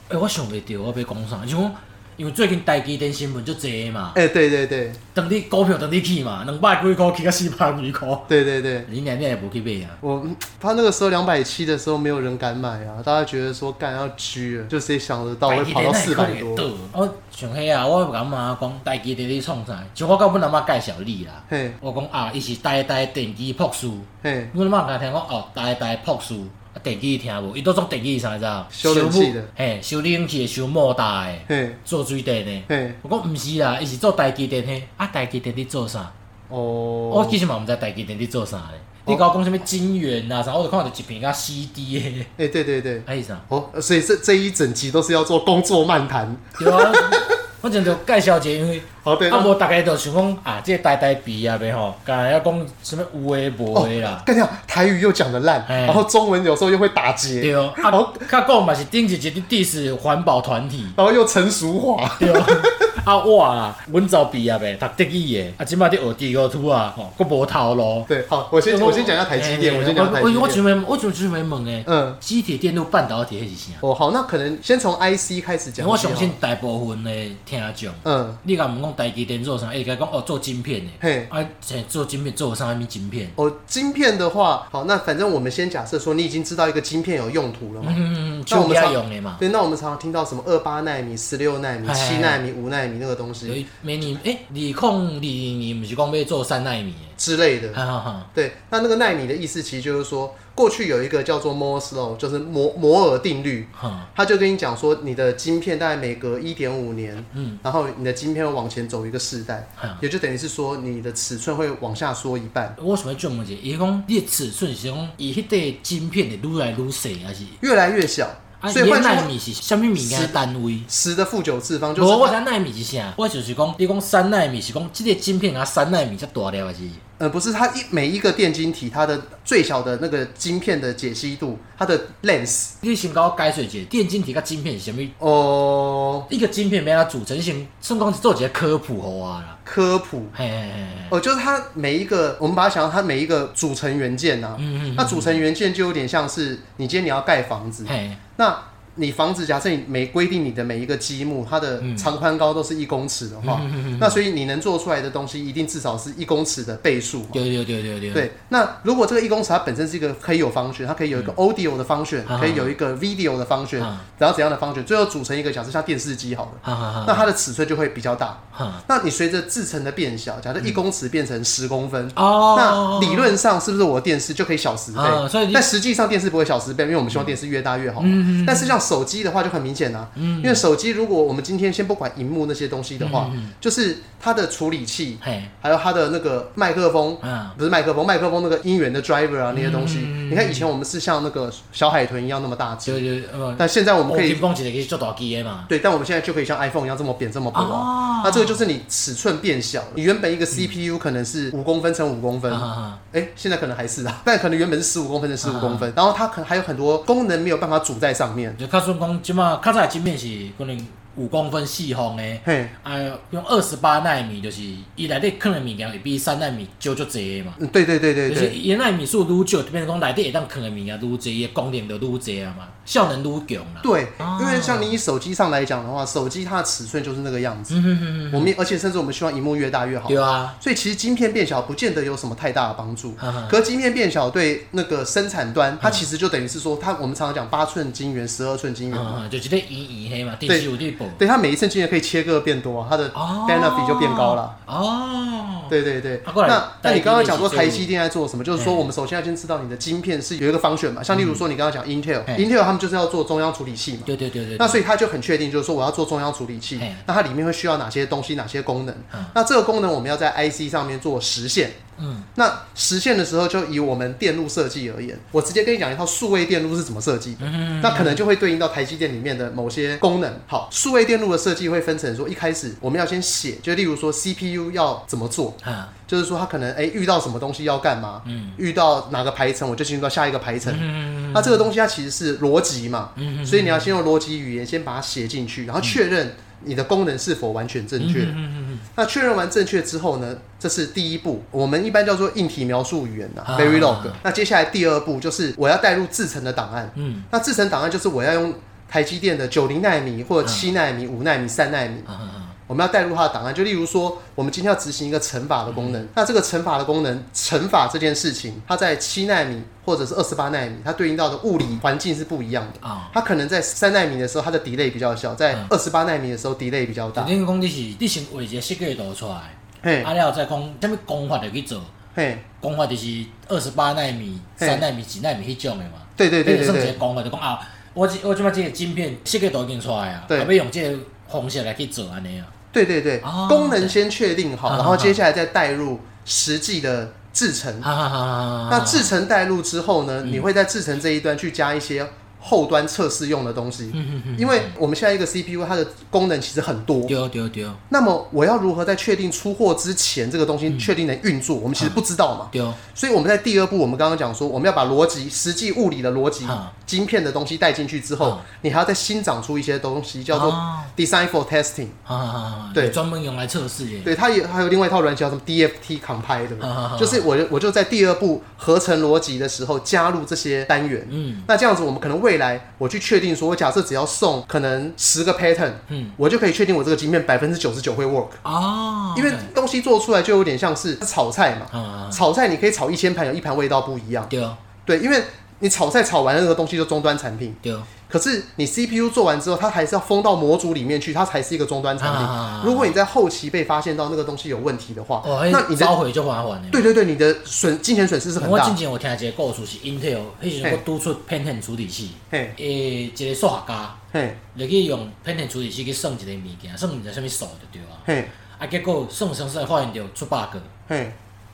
Speaker 1: 诶、我想袂到我要讲啥，像讲因为最近台积电新闻足济嘛，
Speaker 2: 哎、对对对
Speaker 1: 当你股票当你去嘛，两百几箍去到四百几箍，
Speaker 2: 对对对。
Speaker 1: 你娘你也无去买啊？
Speaker 2: 我嗯他那个时候两百七的时候，没有人敢买啊，大家觉得说干要狙了，就谁想得到会跑到四百多？
Speaker 1: 我像迄啊，我甲阮阿嬷讲台积电咧创啥，像我甲阮阿嬷介绍你啦，
Speaker 2: 嘿，
Speaker 1: 我讲啊，伊是台台电机博士，
Speaker 2: 嘿，
Speaker 1: 阮阿嬷甲听讲哦，台台博士。啊电机听无，伊都做电机啥知道？
Speaker 2: 修冷气的
Speaker 1: 木，嘿，修冷气的，修莫大的，
Speaker 2: 嘿，
Speaker 1: 做水电的。
Speaker 2: 嘿，
Speaker 1: 我讲毋是啦，伊是做台积电嘿，啊台积电伫做啥？我
Speaker 2: 哦
Speaker 1: 其，实嘛毋知台积电伫做啥咧。你甲我讲啥物金元啊啥，我就看到一片甲 CD 诶，
Speaker 2: 哎、对对对，
Speaker 1: 啊是啥？
Speaker 2: 哦，所以这这一整集都是要做工作漫谈。
Speaker 1: 对啊，我阵就介绍者，因为
Speaker 2: 哦，对，
Speaker 1: 啊无逐个就想讲啊，即个台台比啊袂吼，干要讲啥物有诶无诶啦。
Speaker 2: 干掉台语又讲得烂，
Speaker 1: 哎
Speaker 2: 然后中文有时候又会打结，
Speaker 1: 对啊，啊
Speaker 2: 好
Speaker 1: 较讲嘛是顶一集伫 diss 环保团体，
Speaker 2: 然后又成熟化。
Speaker 1: 对啊。啊我啊，阮早毕业诶，读德语诶，啊即摆伫学地沟土啊，吼，佫无头路。
Speaker 2: 对，好，我先我先讲一下台积电，
Speaker 1: 欸
Speaker 2: 我先讲一下台
Speaker 1: 我我
Speaker 2: 积
Speaker 1: 准
Speaker 2: 电。
Speaker 1: 备，我准备问诶，
Speaker 2: 嗯，
Speaker 1: 机铁电路半导体迄是啥？
Speaker 2: 哦，好，那可能先从 IC 开始讲。
Speaker 1: 我相信，大部分的听众，
Speaker 2: 嗯，
Speaker 1: 你甲问讲台积电做啥，伊甲讲哦做晶片
Speaker 2: 嘿
Speaker 1: 的，啊，像做晶片做啥物晶片？
Speaker 2: 哦，晶片的话，好，那反正我们先假设说你已经知道一个晶片有用途了嘛。
Speaker 1: 嗯，
Speaker 2: 那我
Speaker 1: 就
Speaker 2: 们
Speaker 1: 比较
Speaker 2: 常
Speaker 1: 用的嘛。
Speaker 2: 对，那我们常常听到什么二八纳米、十六纳米、
Speaker 1: 哎
Speaker 2: 七纳米、五纳米那个东
Speaker 1: 有
Speaker 2: 西
Speaker 1: 一明年诶，二零二年毋是讲要做三纳米
Speaker 2: 之类
Speaker 1: 的，
Speaker 2: 的。
Speaker 1: 哈哈哈。
Speaker 2: 对，那那个纳米的意思其实就是说，过去有一个叫做 Moore's Law，就是摩摩尔定律，
Speaker 1: 哈，
Speaker 2: 他就跟你讲说，你的晶片大概每隔一点五年，
Speaker 1: 嗯，
Speaker 2: 然后你的晶片会往前走一个世代，
Speaker 1: 嗯
Speaker 2: 也就等于是说你的尺寸会往下缩一半，
Speaker 1: 我想要问一下，伊讲你的尺寸是讲伊迄块晶片的愈来句细，还是
Speaker 2: 越来越小。
Speaker 1: 啊？
Speaker 2: 所
Speaker 1: 伊
Speaker 2: 以
Speaker 1: 的
Speaker 2: 换句
Speaker 1: 纳
Speaker 2: 话，
Speaker 1: 米是啥物物件的单位？
Speaker 2: 十的负九次方就是
Speaker 1: 无，我
Speaker 2: 它，
Speaker 1: 知纳米是啥？我就是讲，你讲三纳米是讲即个晶片啊，三纳米才大粒还是？
Speaker 2: 呃，不是它一每一个电晶体它的最小的那个晶片的解析度，它的 lens
Speaker 1: 你先甲我解释一下，电晶体甲晶片是啥物？
Speaker 2: 哦，
Speaker 1: 一个晶片要它组成型，算讲是做一个科普互我啦。
Speaker 2: 科普
Speaker 1: 嘿嘿嘿嘿，
Speaker 2: 哦，就是它每一个，我们把它想成它每一个组成元件呐、啊，
Speaker 1: 嗯嗯嗯
Speaker 2: 那组成元件就有点像是你今天你要盖房子，
Speaker 1: 嘿，
Speaker 2: 那你房子假设你每规定你的每一个积木，它的
Speaker 1: 嗯
Speaker 2: 长宽高都是一公尺的话，那所以你能做出来的东西一定至少是一公尺的倍数嘛。
Speaker 1: 对对对对对，
Speaker 2: 对，那如果这个一公尺它本身是一个可以有方选，它可以有一个 audio 的方选，
Speaker 1: 嗯啊
Speaker 2: 可以有一个 video 的方选
Speaker 1: 啊，啊
Speaker 2: 然后怎样的方选，最后组成一个假设像电视机好了，
Speaker 1: 哈哈
Speaker 2: 那
Speaker 1: 哈
Speaker 2: 它的尺寸就会比较大。
Speaker 1: 哈，
Speaker 2: 那你随着制成的变小，假设一公尺变成十公分，那
Speaker 1: 哦，
Speaker 2: 理论上是不是我电视就可以小十倍？
Speaker 1: 啊所以你嗯
Speaker 2: 但实际上电视不会小十倍，因为我们希望电视越大越好嘛。但是像手机的话就很明显啊，因为手机如果我们今天先不管荧幕那些东西的话，
Speaker 1: 嗯
Speaker 2: 就是它的处理器，
Speaker 1: 嘿，
Speaker 2: 还有它的那个麦克风，
Speaker 1: 嗯，
Speaker 2: 不是麦克风，麦克风那个音源的 driver 啊那些东西，
Speaker 1: 嗯
Speaker 2: 你看以前我们是像那个小海豚一样那么大只，
Speaker 1: 对对，呃，
Speaker 2: 但现在我
Speaker 1: 我
Speaker 2: 们可
Speaker 1: 们
Speaker 2: 以
Speaker 1: 乒乓球可以做大机的嘛，
Speaker 2: 对，但我们现在就可以像 iPhone 一样这么扁这么薄啊
Speaker 1: 哦。嗯
Speaker 2: 那这个就是你尺寸变小了，你原本一个 CPU 可能是五公分乘五公分
Speaker 1: 啊哈。哈哈，
Speaker 2: 哎，现在可能还是啊，但可能原本是十五公分乘十五公分，
Speaker 1: 啊
Speaker 2: 然后它可能还有很多功能没有办法组在上面。
Speaker 1: 就较算讲，即马较早即面是可能五公分四方的。
Speaker 2: 嘿，
Speaker 1: 啊，用二十八纳米就是伊内底可能物件会比三纳米少足济的嘛，
Speaker 2: 嗯对对对对
Speaker 1: 就是
Speaker 2: 对，
Speaker 1: 伊纳米数愈少，就变成讲内底会当藏的物件愈济，伊的功能就愈济啊嘛，效能愈强啦。
Speaker 2: 对
Speaker 1: 哦，
Speaker 2: 因为像你以手机上来讲的话，手机它的尺寸就是那个样子。
Speaker 1: 嗯哼哼
Speaker 2: 我们而且甚至我们希望荧幕越大越好
Speaker 1: 哼，。对啊，
Speaker 2: 所以其实晶片变小不见得有什么太大的帮助
Speaker 1: 哈哈，
Speaker 2: 可是晶片变小对那个生产端，它其实就等于是说，它我们常常讲八寸晶圆、十二寸晶圆嘛，
Speaker 1: 嗯，就一个圆圆黑嘛，电视有伫播。
Speaker 2: 对，它每一次晶圆可以切割变多，它的 benefit 就变高了。。
Speaker 1: 哦，
Speaker 2: 对对对，
Speaker 1: 啊过来
Speaker 2: 那那你刚刚讲说
Speaker 1: 台积电
Speaker 2: 台积电在做什么？就是说，
Speaker 1: 嗯
Speaker 2: 我们首先要先知道你的晶片是有一个方选嘛，像例如说你刚刚讲 Intel，Intel、
Speaker 1: 嗯
Speaker 2: Intel 他们就是要做中央处理器嘛，
Speaker 1: 对对对对。
Speaker 2: 那所以他就很确定，就是说我要做中央处理器
Speaker 1: 嘿，
Speaker 2: 那它里面会需要哪些东西、哪些功能
Speaker 1: 嗯？
Speaker 2: 那这个功能我们要在 IC 上面做实现。
Speaker 1: 嗯，
Speaker 2: 那实现的时候，就以我们电路设计而言，我直接跟你讲一套数位电路是怎么设计的，
Speaker 1: 嗯
Speaker 2: 那可能就会对应到台积电里面的某些功能。好，数位电路的设计会分成说，一开始我们要先写，就例如说 CPU 要怎么做，
Speaker 1: 啊，
Speaker 2: 就是说它可能诶遇到什么东西要干嘛，遇到哪个排程我就进入到下一个排程。那这个东西它其实是逻辑嘛，所以你要先用逻辑语言先把它写进去，然后确认你的功能是否完全正确。那确认完正确之后呢，这是第一步，我们一般叫做硬体描述语言呐、
Speaker 1: 啊
Speaker 2: v e r y log。那接下来第二步就是我要带入制成的档案，
Speaker 1: 嗯，
Speaker 2: 那制成档案就是我要用台积电的九零纳米或者七纳米、五纳米、三纳米，
Speaker 1: 啊啊
Speaker 2: 我们要带入它的档案，就例如说，我们今天要执行一个乘法的
Speaker 1: 嗯
Speaker 2: 功能，那这个乘法的功能，乘法这件事情，它在七纳米或者是二十八纳米，它对应到的物理环境是不一样的。
Speaker 1: 啊，
Speaker 2: 它可能在三纳米的时候，它的 delay 比较小，在
Speaker 1: 嗯
Speaker 2: 二十八纳米的时候 delay 比较大。
Speaker 1: 你讲你是你先画一个设计图出来，
Speaker 2: 嘿，
Speaker 1: 啊了后再讲什物功法就去做，
Speaker 2: 嘿，
Speaker 1: 功法就是二十八纳米、三纳米、几纳米迄种的嘛。
Speaker 2: 对对对对
Speaker 1: 算一个
Speaker 2: 对，
Speaker 1: 讲法就讲啊，我即我即摆即个晶片设计图已经出来啊，啊
Speaker 2: 对
Speaker 1: 要用即个方式来去做安尼啊。
Speaker 2: 对对对
Speaker 1: 哦，嗯
Speaker 2: 功能先确定好，
Speaker 1: 对
Speaker 2: 然后接下来再带入实际的制程。
Speaker 1: 哈哈哈哈。
Speaker 2: 嗯那制程带入之后
Speaker 1: 嗯
Speaker 2: 呢，你会在制程这一端去加一些后端测试用的东西，
Speaker 1: 嗯
Speaker 2: 因为我们现在一个 CPU 它的功能其实很多，
Speaker 1: 对对对
Speaker 2: 那么我要如何在确定出货之前这个东西确定能运作？我们其实不知道嘛，
Speaker 1: 对，
Speaker 2: 所以我们在第二步，我们刚刚讲说，我们要把逻辑、实际物理的逻辑
Speaker 1: 啊、
Speaker 2: 晶片的东西带进去之后
Speaker 1: 啊，
Speaker 2: 你还要再新长出一些东西，叫做
Speaker 1: 啊
Speaker 2: design for testing。
Speaker 1: 哈哈哈。
Speaker 2: 对
Speaker 1: 专门用来测试的。
Speaker 2: 对，它也还有另外一套软件叫什么 DFT compile，对不对
Speaker 1: 啊啊啊
Speaker 2: 就是我就我就在第二步合成逻辑的时候加入这些单元。
Speaker 1: 嗯
Speaker 2: 那这样子，我们可能未来我去确定说，我假设只要送可能十个 pattern，
Speaker 1: 嗯
Speaker 2: 我就可以确定我这个晶片百分之九十九会 work。
Speaker 1: 哦，
Speaker 2: 因为
Speaker 1: 对
Speaker 2: 东西做出来就有点像是炒菜嘛，
Speaker 1: 啊啊
Speaker 2: 炒菜你可以炒一千盘，有一盘味道不一样。
Speaker 1: 对
Speaker 2: 对，因为你炒菜炒完了那个东西就终端产品，
Speaker 1: 对哦
Speaker 2: 可是你 CPU 做完之后，它还是要封到模组里面去，它才是一个终端产品。
Speaker 1: 啊
Speaker 2: 如果你在后期被发现到那个东西有问题的话，
Speaker 1: 哦，那
Speaker 2: 那你
Speaker 1: 你
Speaker 2: 的
Speaker 1: 召回就麻烦的。
Speaker 2: 对对对，你的损金钱损失是很
Speaker 1: 我
Speaker 2: 大
Speaker 1: 之。前有听一个故事是 Intel，迄时候我
Speaker 2: 嘿
Speaker 1: 拄出 Pentium 处理器，
Speaker 2: 嘿，
Speaker 1: 诶，一个数学家，
Speaker 2: 嘿，
Speaker 1: 入去用 Pentium 处理器去算一个物件，算毋知啥物数就对啊。
Speaker 2: 嘿，
Speaker 1: 啊，结果算算算发现着出 bug。
Speaker 2: 嘿，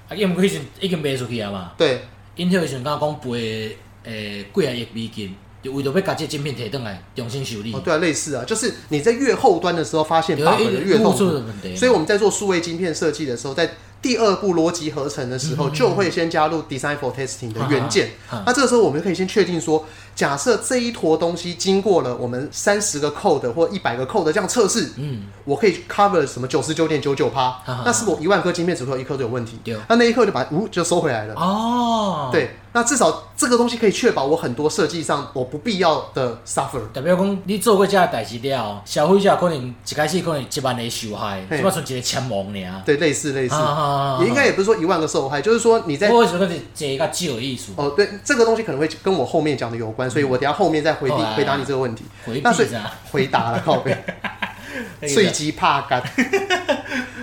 Speaker 1: 啊，因为迄阵已经卖出去啊嘛，
Speaker 2: 对，
Speaker 1: 因迄阵敢讲赔诶几啊亿美金，就为着要甲即个晶片摕倒来重新修理
Speaker 2: 哦，，对啊，类似啊，就是你在越后端的时候发现 bug 的越痛
Speaker 1: 露出
Speaker 2: 苦。
Speaker 1: 的问题。
Speaker 2: 所以我们在做数位晶片设计的时候，在第二步逻辑合成的时候，就会先加入 design for testing 的元件。
Speaker 1: 嗯啊啊啊
Speaker 2: 那这个时候，我们就可以先确定说，假设这一坨东西经过了我们三十个 code 或一百个 code 这样测试，
Speaker 1: 嗯，
Speaker 2: 我可以 cover 什么九十九点九九趴
Speaker 1: 啊，
Speaker 2: 那是我一万颗晶片只会有一颗就有问题
Speaker 1: 对，
Speaker 2: 那那一颗就把呜就收回来了。
Speaker 1: 哦，
Speaker 2: 对，那至少这个东西可以确保我很多设计上我不必要的 suffer。
Speaker 1: 代表讲，你做过这个代志了，消费者可能一开始可能一万个受害，
Speaker 2: 嘿
Speaker 1: 即摆剩一个签王尔。
Speaker 2: 对，类似类似，
Speaker 1: 啊
Speaker 2: 也应该也不是说一万个受害，就是说你在
Speaker 1: 我是讲是一个少的意思，
Speaker 2: 哦，对，这个东西可能会跟我后面讲的有关，
Speaker 1: 嗯
Speaker 2: 所以我等一下后面再回
Speaker 1: 好啊
Speaker 2: 答回答你这个问题。
Speaker 1: 回
Speaker 2: 那所
Speaker 1: 避
Speaker 2: 以
Speaker 1: 啥？
Speaker 2: 回答了，靠 背。碎机怕干。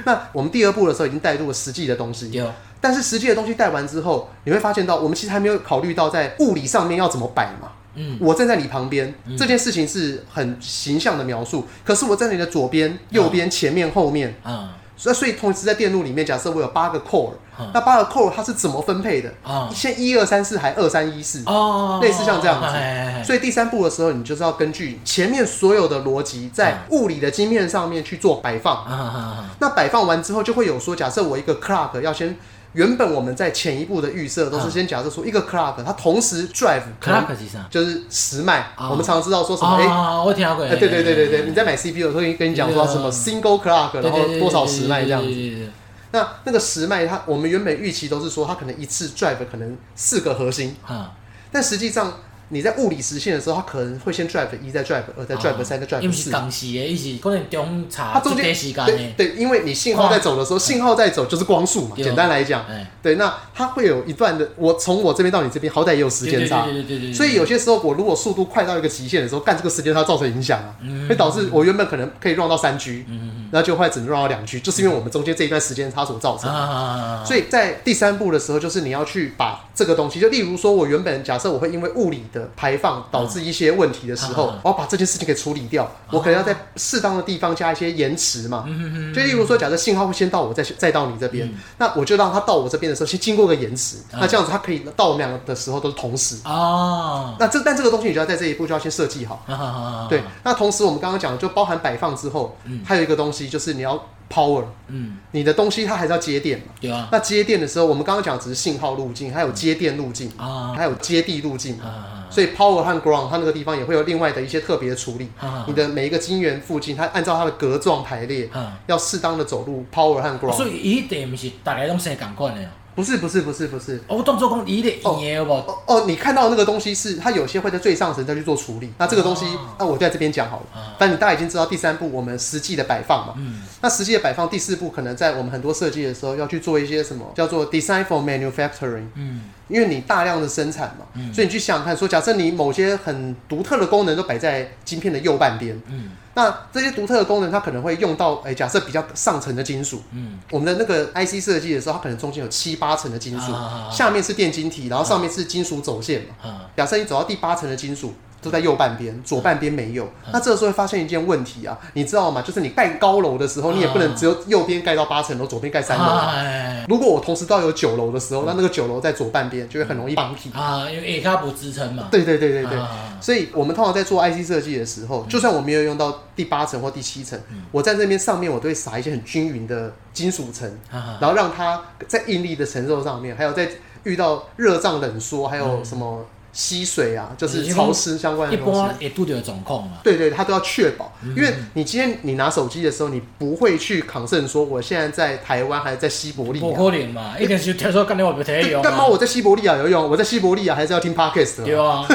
Speaker 2: 那我们第二步的时候已经带入了实际的东西，
Speaker 1: 对，
Speaker 2: 但是实际的东西带完之后，你会发现到我们其实还没有考虑到在物理上面要怎么摆嘛。
Speaker 1: 嗯，
Speaker 2: 我站在你旁边，这件事情是很形象的描述，可是我站在你的左边、右边、前面、后面，
Speaker 1: 嗯，
Speaker 2: 所以所以同时在电路里面，假设我有八个 core，
Speaker 1: 嗯
Speaker 2: 那八个 core 它是怎么分配的？
Speaker 1: 啊，
Speaker 2: 先一二三四，还二三一四。
Speaker 1: 哦，哎
Speaker 2: 类似像这样子
Speaker 1: 子，
Speaker 2: 所以第三步的时候，你就是要根据前面所有的逻辑，在物理的晶片上面去做摆放。
Speaker 1: 啊啊啊，
Speaker 2: 那摆放完之后，就会有说，假设我一个 clock 要先，原本我们在前一步的预设都是先假设说一个 clock 它同时 drive 可能
Speaker 1: 啊 clock 是啥？
Speaker 2: 就是十脉。
Speaker 1: 哦
Speaker 2: 我们常知道说什么，哎，
Speaker 1: 啊，我哎听过。
Speaker 2: 哎对对对对对，你在买 CPU 的时候会跟你讲说什么 single clock，然后多少十脉这样子。
Speaker 1: 子。
Speaker 2: 那那个十脉它我们原本预期都是说它可能一次 drive 可能四个核心，
Speaker 1: 啊，
Speaker 2: 但实际上你在物理实现的时候，它可能会先 drive 一，再 drive 二，再 drive 三，再
Speaker 1: 伊
Speaker 2: drive
Speaker 1: 毋哦是
Speaker 2: 四。
Speaker 1: 同时的，伊是可能中
Speaker 2: 它
Speaker 1: 差
Speaker 2: 中间
Speaker 1: 时间
Speaker 2: 对
Speaker 1: 的。
Speaker 2: 对，因为你信号在走的时候，信号在走就是光速嘛。
Speaker 1: 哎对
Speaker 2: 简单来讲，
Speaker 1: 哎，
Speaker 2: 对，那它会有一段的，我从我这边到你这边，好歹也有时间差
Speaker 1: 对。对对对对。
Speaker 2: 所以有些时候，我如果速度快到一个极限的时候，干这个时间差造成影响啊，
Speaker 1: 嗯
Speaker 2: 会导致我原本可能可以 run 到三 G，然后就会只能 run 到两 G，就是因为我们中间这一段时间差所造成。
Speaker 1: 啊，
Speaker 2: 所以在第三步的时候，就是你要去把这个东西，就例如说，我原本假设我会因为物理的排放导致一些问题的时候，
Speaker 1: 嗯嗯
Speaker 2: 我要把这件事情给处理掉，我可能要在适当的地方加一些延迟嘛。
Speaker 1: 嗯
Speaker 2: 就例如说，假设信号会先到我，再再到你这边，那我就让它到我这边的时候先经过个延迟，
Speaker 1: 嗯
Speaker 2: 那这样子它可以到我们两个的时候都是同时。
Speaker 1: 哦，
Speaker 2: 那这但这个东西你就要在这一步就要先设计好。
Speaker 1: 啊
Speaker 2: 对，，那同时我们刚刚讲的就包含摆放之后，还有一个东西就是你要 power，
Speaker 1: 嗯，
Speaker 2: 你的东西它还是要接电嘛。
Speaker 1: 对啊，
Speaker 2: 那接电的时候，我们刚刚讲只是信号路径，还有接电路径，
Speaker 1: 嗯啊
Speaker 2: 还有接地路径。
Speaker 1: 啊
Speaker 2: 所以 power 和 ground 它那个地方也会有另外的一些特别的处理。
Speaker 1: 啊
Speaker 2: 你的每一个晶圆附近，它按照它的格状排列，
Speaker 1: 啊！哦
Speaker 2: 要适当的走路 power 和
Speaker 1: 所
Speaker 2: ground。
Speaker 1: 以伊地毋是逐个拢生共款的哦。哦
Speaker 2: 不是不是不是不是。
Speaker 1: 我当做讲伊地圆的无，
Speaker 2: 哦哦，你看到的那个东西是它有些会在最上层再去做处理。那这个东西，
Speaker 1: 哦
Speaker 2: 那我就在这边讲好了。
Speaker 1: 啊
Speaker 2: 但你大家已经知道第三步我们实际的摆放
Speaker 1: 嗯
Speaker 2: 嘛。那实际的摆放，第四步可能在我们很多设计的时候要去做一些什么叫做 design for manufacturing。
Speaker 1: 嗯，
Speaker 2: 因为你大量的生产嘛，所以你去想想看，说假设你某些很独特的功能都摆在晶片的右半边，
Speaker 1: 嗯
Speaker 2: 那这些独特的功能它可能会用到，哎、假设比较上层的金属，
Speaker 1: 嗯，
Speaker 2: 我们的那个 IC 设计的时候，它可能中间有七八层的金属，
Speaker 1: 啊啊啊啊
Speaker 2: 下面是电晶体，然后上面是金属走线嘛。
Speaker 1: 啊
Speaker 2: 假设你走到第八层的金属都在右半边，左半边没有，
Speaker 1: 啊
Speaker 2: 那这个时候会发现一件问题啊，你知道吗？就是你盖高楼的时候，你也不能只有右边盖到八层楼，左边盖三楼啊。
Speaker 1: 啊
Speaker 2: 如果我同时到有九楼的时候，那那个九楼在左半边就会很容易 bumpy。
Speaker 1: 嗯啊，因为下骹无支撑嘛。
Speaker 2: 对对对对对。
Speaker 1: 啊嗯
Speaker 2: 所以，我们通常在做 IC 设计的时候，就算我没有用到第八层或第七层，我在这边上面我都会撒一些很均匀的金属层，
Speaker 1: 啊
Speaker 2: 然后让它在应力的承受上面，还有在遇到热胀冷缩，还有什么吸水啊，就是潮湿相关
Speaker 1: 嗯一嗯
Speaker 2: 的东西
Speaker 1: 般。会拄着状况嘛。
Speaker 2: 对对，它都要确保，因为你今天你拿手机的时候，你不会去抗胜说我现在在台湾还是在西伯利
Speaker 1: 无
Speaker 2: 亚，
Speaker 1: 可能嘛，一定是听说干你我袂摕去用
Speaker 2: 干嘛
Speaker 1: 啊。
Speaker 2: 我在西伯利亚有用？我在西伯利亚还是要听 podcast 的
Speaker 1: 对
Speaker 2: 嘛。
Speaker 1: 啊，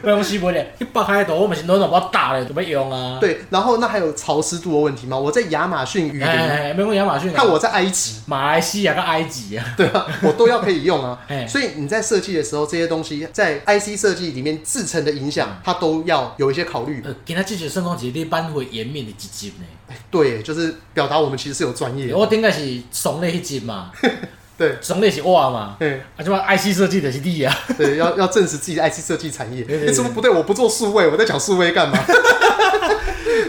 Speaker 1: 不然西伯咧，去北海道我嘛是拢拢要打咧，就要用啊。
Speaker 2: 对，然后那还有潮湿度的问题吗？我在亚马逊雨林，
Speaker 1: 哎，哎，没讲亚马逊啊，
Speaker 2: 看我在埃及，
Speaker 1: 马来西亚跟埃及啊，
Speaker 2: 对 吧？我都要可以用啊
Speaker 1: 哎。
Speaker 2: 所以你在设计的时候，这些东西在 IC 设计里面制成的影响，它都要有一些考虑。
Speaker 1: 呃，今仔这就算讲是你扳回颜面的一集呢。
Speaker 2: 对，就是表达我们其实是有专业的。
Speaker 1: 我顶个是爽类迄集嘛，
Speaker 2: 对，
Speaker 1: 爽类是我嘛，
Speaker 2: 对
Speaker 1: 啊，即嘛 IC 设计就是你啊。
Speaker 2: 哎对，要要证实自己的 IC 设计产业。
Speaker 1: 对对
Speaker 2: 你怎么不对？我不做数位，我在讲数位干嘛？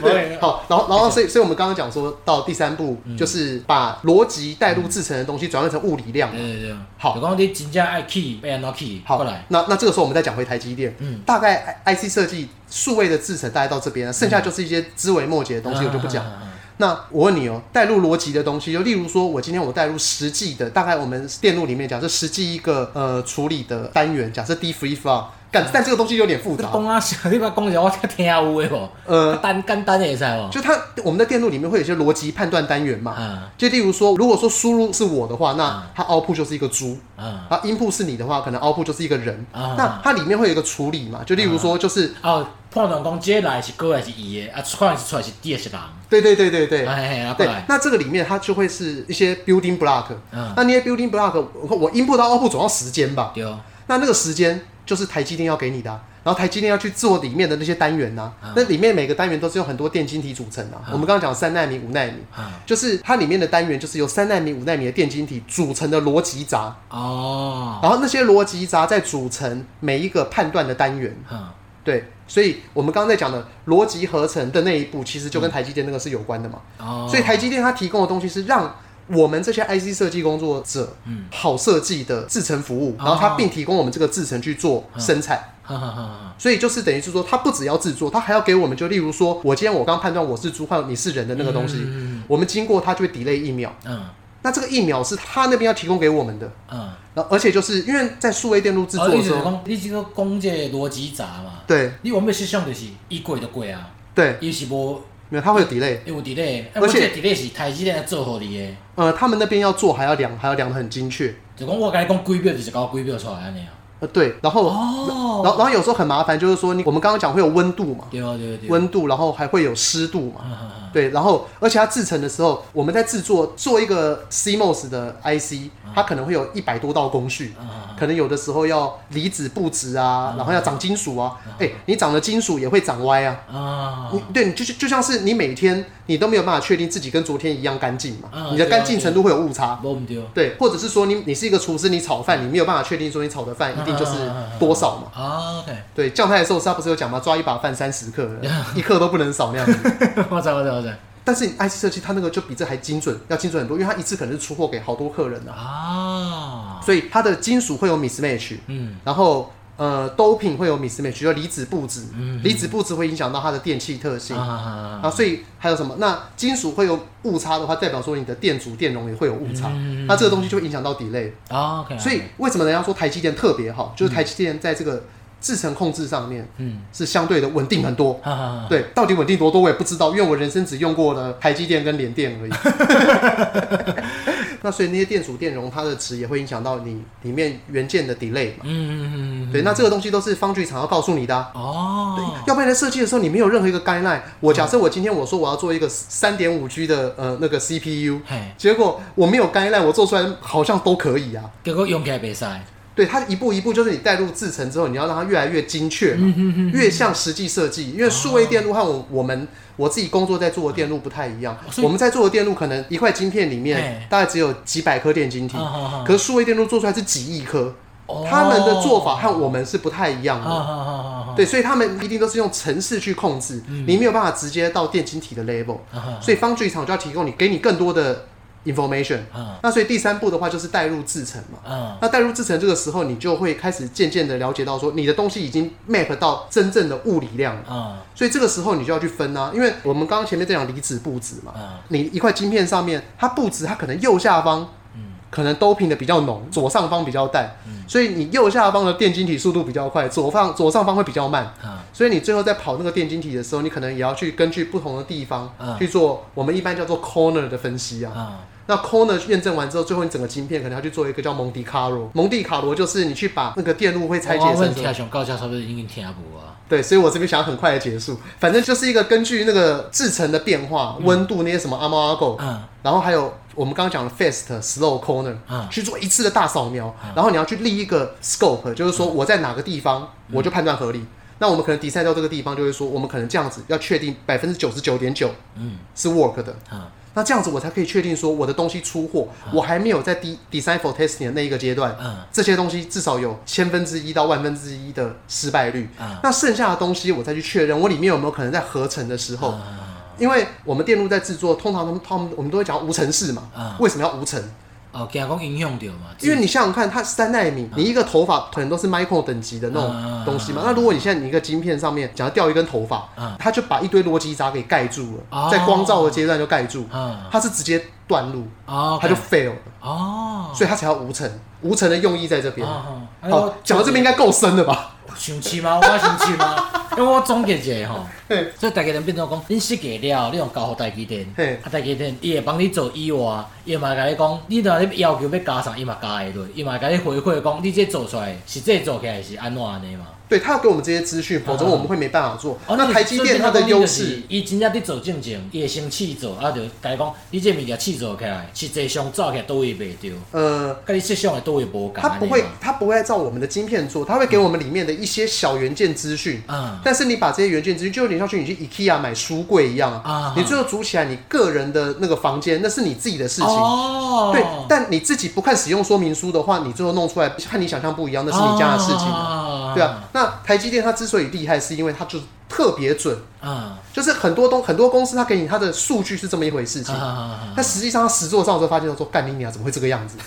Speaker 2: 对，好，然后然
Speaker 1: 哎
Speaker 2: 后所以所以我们刚刚讲说到第三步，
Speaker 1: 嗯
Speaker 2: 就是把逻辑带入制成的东西转换成物理量嘛。
Speaker 1: 对对对，
Speaker 2: 好
Speaker 1: 就讲你真正爱去，要安怎去，
Speaker 2: 好
Speaker 1: 过，来。
Speaker 2: 那那这个时候我们再讲回台积电，
Speaker 1: 嗯
Speaker 2: 大概 I- IC 设计数位的制程大概到这边了，
Speaker 1: 嗯
Speaker 2: 剩下就是一些枝微末节的东西，我就不讲。
Speaker 1: 啊。啊啊啊
Speaker 2: 那我问你哦，带入逻辑的东西，就例如说，我今天我带入实际的，大概我们电路里面假设实际一个呃处理的单元，假设 D free f l o
Speaker 1: 嗯
Speaker 2: 但但这个东西有点复
Speaker 1: 你
Speaker 2: 杂，
Speaker 1: 讲啊，你别讲啥，我听有诶无？
Speaker 2: 呃
Speaker 1: 单简单诶会使无？
Speaker 2: 就它我们的电路里面会有一些逻辑判断单元嘛，
Speaker 1: 嗯
Speaker 2: 就例如说，如果说输入是我的话，那它 output 就是一个猪。
Speaker 1: 嗯，
Speaker 2: 啊，input 是你的话，可能 output 就是一个人。
Speaker 1: 啊
Speaker 2: 那它里面会有一个处理嘛？就例如说，就是、
Speaker 1: 哦，判断讲这来是哥还是伊诶，啊，出来是出来是你诶是人，
Speaker 2: 对对对对对，
Speaker 1: 哎哎，啊过
Speaker 2: 对
Speaker 1: 来，，
Speaker 2: 那这个里面它就会是一些 building block，、
Speaker 1: 嗯
Speaker 2: 那那些 building block，我我 input 到 output 总要时间吧？
Speaker 1: 对，
Speaker 2: 那那个时间就是台积电要给你的啊、然后台积电要去做里面的那些单元呐、
Speaker 1: 嗯
Speaker 2: 那里面每个单元都是由很多电晶体组成的、啊我们刚刚讲三纳米、五纳米，
Speaker 1: 嗯，
Speaker 2: 就是它里面的单元就是由三纳米、五纳米的电晶体组成的逻辑闸，
Speaker 1: 哦，
Speaker 2: 然后那些逻辑闸再组成每一个判断的单元。
Speaker 1: 嗯，
Speaker 2: 对，所以我们刚刚在讲的逻辑合成的那一步，其实
Speaker 1: 嗯
Speaker 2: 就跟台积电那个是有关的嘛。
Speaker 1: 哦，
Speaker 2: 所以台积电它提供的东西是让我们这些 IC 设计工作者，
Speaker 1: 嗯
Speaker 2: 好设计的制程服务，
Speaker 1: 哦嗯
Speaker 2: 然后它并提供我们这个制程去做生产。
Speaker 1: 哈哈哈哈，
Speaker 2: 所以就是等于是说，它不只要制作，它还要给我们，就例如说，我今天我刚判断我是猪或你是人的那个东西，
Speaker 1: 嗯
Speaker 2: 我们经过它就会 delay 一秒。
Speaker 1: 嗯
Speaker 2: 那这个一秒是它那边要提供给我们的，
Speaker 1: 嗯，
Speaker 2: 然后而且就是因为在数位电路制
Speaker 1: 哦，你
Speaker 2: 作的
Speaker 1: 就
Speaker 2: 时
Speaker 1: 是
Speaker 2: 候，
Speaker 1: 讲你即个讲这个逻辑闸嘛，
Speaker 2: 对
Speaker 1: 你原本是想就是伊过就过啊，
Speaker 2: 对，
Speaker 1: 伊是无
Speaker 2: 没有它会有 delay。
Speaker 1: 伊有 delay，啊，
Speaker 2: 而
Speaker 1: 我这
Speaker 2: 且
Speaker 1: 个 delay 是台积电做互你诶，
Speaker 2: 呃，他们那边要做还要量，还要量的很精确。
Speaker 1: 就讲我甲你讲几秒就是搞几秒出来安尼啊，
Speaker 2: 呃，对，然后
Speaker 1: 哦，
Speaker 2: 然后，然后有时候很麻烦，就是说你我们刚刚讲会有温度嘛，
Speaker 1: 对啊对啊对啊，
Speaker 2: 温度，然后还会有湿度嘛，
Speaker 1: 嗯，嗯嗯
Speaker 2: 对，然后而且它制成的时候，我们在制作做一个 CMOS 的 IC，它
Speaker 1: 啊
Speaker 2: 可能会有一百多道工序，
Speaker 1: 嗯嗯
Speaker 2: 可能有的时候要离子布置啊，然后要长金属啊，哎，你长了金属也会长歪啊，
Speaker 1: 嗯啊
Speaker 2: 你，对，你就是就像是你每天你都没有办法确定自己跟昨天一样干净嘛，
Speaker 1: 嗯
Speaker 2: 你
Speaker 1: 对
Speaker 2: 的
Speaker 1: 啊
Speaker 2: 干净程度会有误差。
Speaker 1: 无毋对，
Speaker 2: 对，或者是说你你是一个厨师，你炒饭，你没有办法确定说你炒的饭一定就是多少嘛。
Speaker 1: 啊 OK，
Speaker 2: 对，酱菜的时候，他不是有讲吗？抓一把饭三十克，一克都不能少那样子。
Speaker 1: 我知我知我知，
Speaker 2: 但是你 IC 设计，它那个就比这还精准，要精准很多，因为它一次可能是出货给好多客人啊，
Speaker 1: 啊，
Speaker 2: 所以它的金属会有 mismatch，
Speaker 1: 嗯
Speaker 2: 然后呃 doping 会有 mismatch，就离子布置，离子布置会影响到它的电器特性。
Speaker 1: 啊
Speaker 2: 啊，所以还有什么？那金属会有误差的话，代表说你的电阻、电容也会有误差，那这个东西就会影响到 delay。
Speaker 1: 啊 OK，
Speaker 2: 所以为什么人家说台积电特别好？就是台积电在这个制程控制上面
Speaker 1: 嗯，
Speaker 2: 是相对的稳定很多。
Speaker 1: 哈哈哈，
Speaker 2: 对，到底稳定多多我也不知道，因为我人生只用过了台积电跟联电而已。 那所以那些电阻、电容，它的值也会影响到你里面元件的 delay 嘛。
Speaker 1: 嗯嗯嗯嗯，
Speaker 2: 对，那这个东西都是方具厂要告诉你的、啊。
Speaker 1: 哦，
Speaker 2: 要不然在设计的时候，你没有任何一个 guideline。我假设我今天我说我要做一个三点五 G 的呃那个 CPU，
Speaker 1: 嘿，
Speaker 2: 结果我没有 guideline，我做出来好像都可以啊。
Speaker 1: 结果用起来袂使，
Speaker 2: 对，它一步一步就是你带入制成之后，你要让它越来越精确
Speaker 1: 嗯
Speaker 2: 嘛，越像实际设计。因为数位电路和我我们我自己工作在做的电路不太一样，
Speaker 1: 哦所以哎
Speaker 2: 我们在做的电路可能一块晶片里面
Speaker 1: 嘿
Speaker 2: 大概只有几百颗电晶体，
Speaker 1: 啊
Speaker 2: 可是数位电路做出来是几亿颗，
Speaker 1: 哦
Speaker 2: 他们的做法和我们是不太一样
Speaker 1: 啊
Speaker 2: 的。
Speaker 1: 啊啊啊，
Speaker 2: 对，所以他们一定都是用程式去控制，
Speaker 1: 嗯
Speaker 2: 你没有办法直接到电晶体的 level，
Speaker 1: 啊
Speaker 2: 所以方具厂就要提供你给你更多的 information。
Speaker 1: 啊
Speaker 2: 那所以第三步的话就是带入制成嘛。
Speaker 1: 啊
Speaker 2: 那带入制成这个时候，你就会开始渐渐的了解到说，你的东西已经 map 到真正的物理量了。
Speaker 1: 啊
Speaker 2: 所以这个时候你就要去分啊，因为我们刚刚前面在讲离子布置嘛，
Speaker 1: 啊，
Speaker 2: 你一块晶片上面，它布置它可能右下方，可能都平的比较浓，左上方比较淡，所以你右下方的电晶体速度比较快，左方左上方会比较慢，
Speaker 1: 啊
Speaker 2: 所以你最后在跑那个电晶体的时候，你可能也要去根据不同的地方
Speaker 1: 嗯
Speaker 2: 去做我们一般叫做 corner 的分析啊。
Speaker 1: 啊
Speaker 2: 那 corner 验证完之后，最后你整个晶片可能要去做一个叫蒙迪卡罗。蒙迪卡罗就是你去把那个电路哦会拆解
Speaker 1: 我问
Speaker 2: 成什
Speaker 1: 听
Speaker 2: 么？
Speaker 1: 上到遮差不多已经听无啊，
Speaker 2: 对，所以我这边想很快的结束，反正就是一个根据那个制成的变化、温度那些什么阿猫阿狗，
Speaker 1: 嗯
Speaker 2: 然后还有我们刚刚讲的 fast slow corner，、
Speaker 1: 嗯
Speaker 2: 去做一次的大扫描，然后你要去立一个 scope，就是说我在哪个地方、我就判断合理。那我们可能 decide 到这个地方，就会说我们可能这样子要确定百分之九十九点九
Speaker 1: 嗯
Speaker 2: 是 work 的，
Speaker 1: 啊
Speaker 2: 那这样子我才可以确定说我的东西出货，我还没有在 de design for testing 的那一个阶段，
Speaker 1: 嗯
Speaker 2: 这些东西至少有千分之一到万分之一的失败率。
Speaker 1: 啊
Speaker 2: 那剩下的东西我再去确认，我里面有没有可能在合成的时候，
Speaker 1: 嗯
Speaker 2: 因为我们电路在制作，通常他们他们我们都会讲无尘室嘛，
Speaker 1: 嗯
Speaker 2: 为什么要无尘？
Speaker 1: 哦，惊讲影响着嘛，
Speaker 2: 因为你想想看，它三纳米，你一个头发可能都是 micro 等级的那
Speaker 1: 嗯
Speaker 2: 种东西嘛。那如果你现在你一个晶片上面想要掉一根头发
Speaker 1: 嗯，
Speaker 2: 它就把一堆逻辑闸给盖住
Speaker 1: 哦
Speaker 2: 了，在光照的阶段就盖住，
Speaker 1: 啊
Speaker 2: 它是直接断路，
Speaker 1: 哦，
Speaker 2: 它就 fail 了，
Speaker 1: 哦，
Speaker 2: 所以它才要无尘。无尘的用意在这边。
Speaker 1: 哦，
Speaker 2: 好，讲到这边应该够深了吧？
Speaker 1: 想试吗？我想试吗？ 因为我总结一下吼
Speaker 2: 嘿，
Speaker 1: 所以台积电变做讲，恁设计了，你用交互台积电
Speaker 2: 嘿，
Speaker 1: 啊台积电伊会帮你做以外，伊嘛甲你讲，你若你要求要加上，伊嘛加会落，伊嘛甲你回馈讲，你这做出来实际做起来是安怎安尼嘛？
Speaker 2: 对他要给我们这些资讯，否则我们会没办法做。
Speaker 1: 嗯哦，
Speaker 2: 那台积电它的优势，，
Speaker 1: 伊真正伫做正经，伊会先试做，啊，就甲伊讲，你这物件试做起来，实际上做起来倒位袂对，
Speaker 2: 呃，
Speaker 1: 甲你设想的倒位无共。
Speaker 2: 它不会，它不会按照我们的晶片做，它会给我们里面的一些小元件资讯。
Speaker 1: 啊，
Speaker 2: 但是你把这些元件资讯，就有点像去你去 IKEA 买书柜一样
Speaker 1: 啊
Speaker 2: 你最后组起来你个人的那个房间，那是你自己的事情。
Speaker 1: 哦
Speaker 2: 对，但你自己不看使用说明书的话，你最后弄出来和你想象不一样，那是你家的事情
Speaker 1: 啊
Speaker 2: 啊。对啊，，那台积电它之所以厉害，是因为它就是特别准，
Speaker 1: 啊
Speaker 2: 就是很多东很多公司它给你它的数据是这么一回事情，
Speaker 1: 啊，
Speaker 2: 但实际上它实做上的时候发现说，干你娘怎么会这个样子？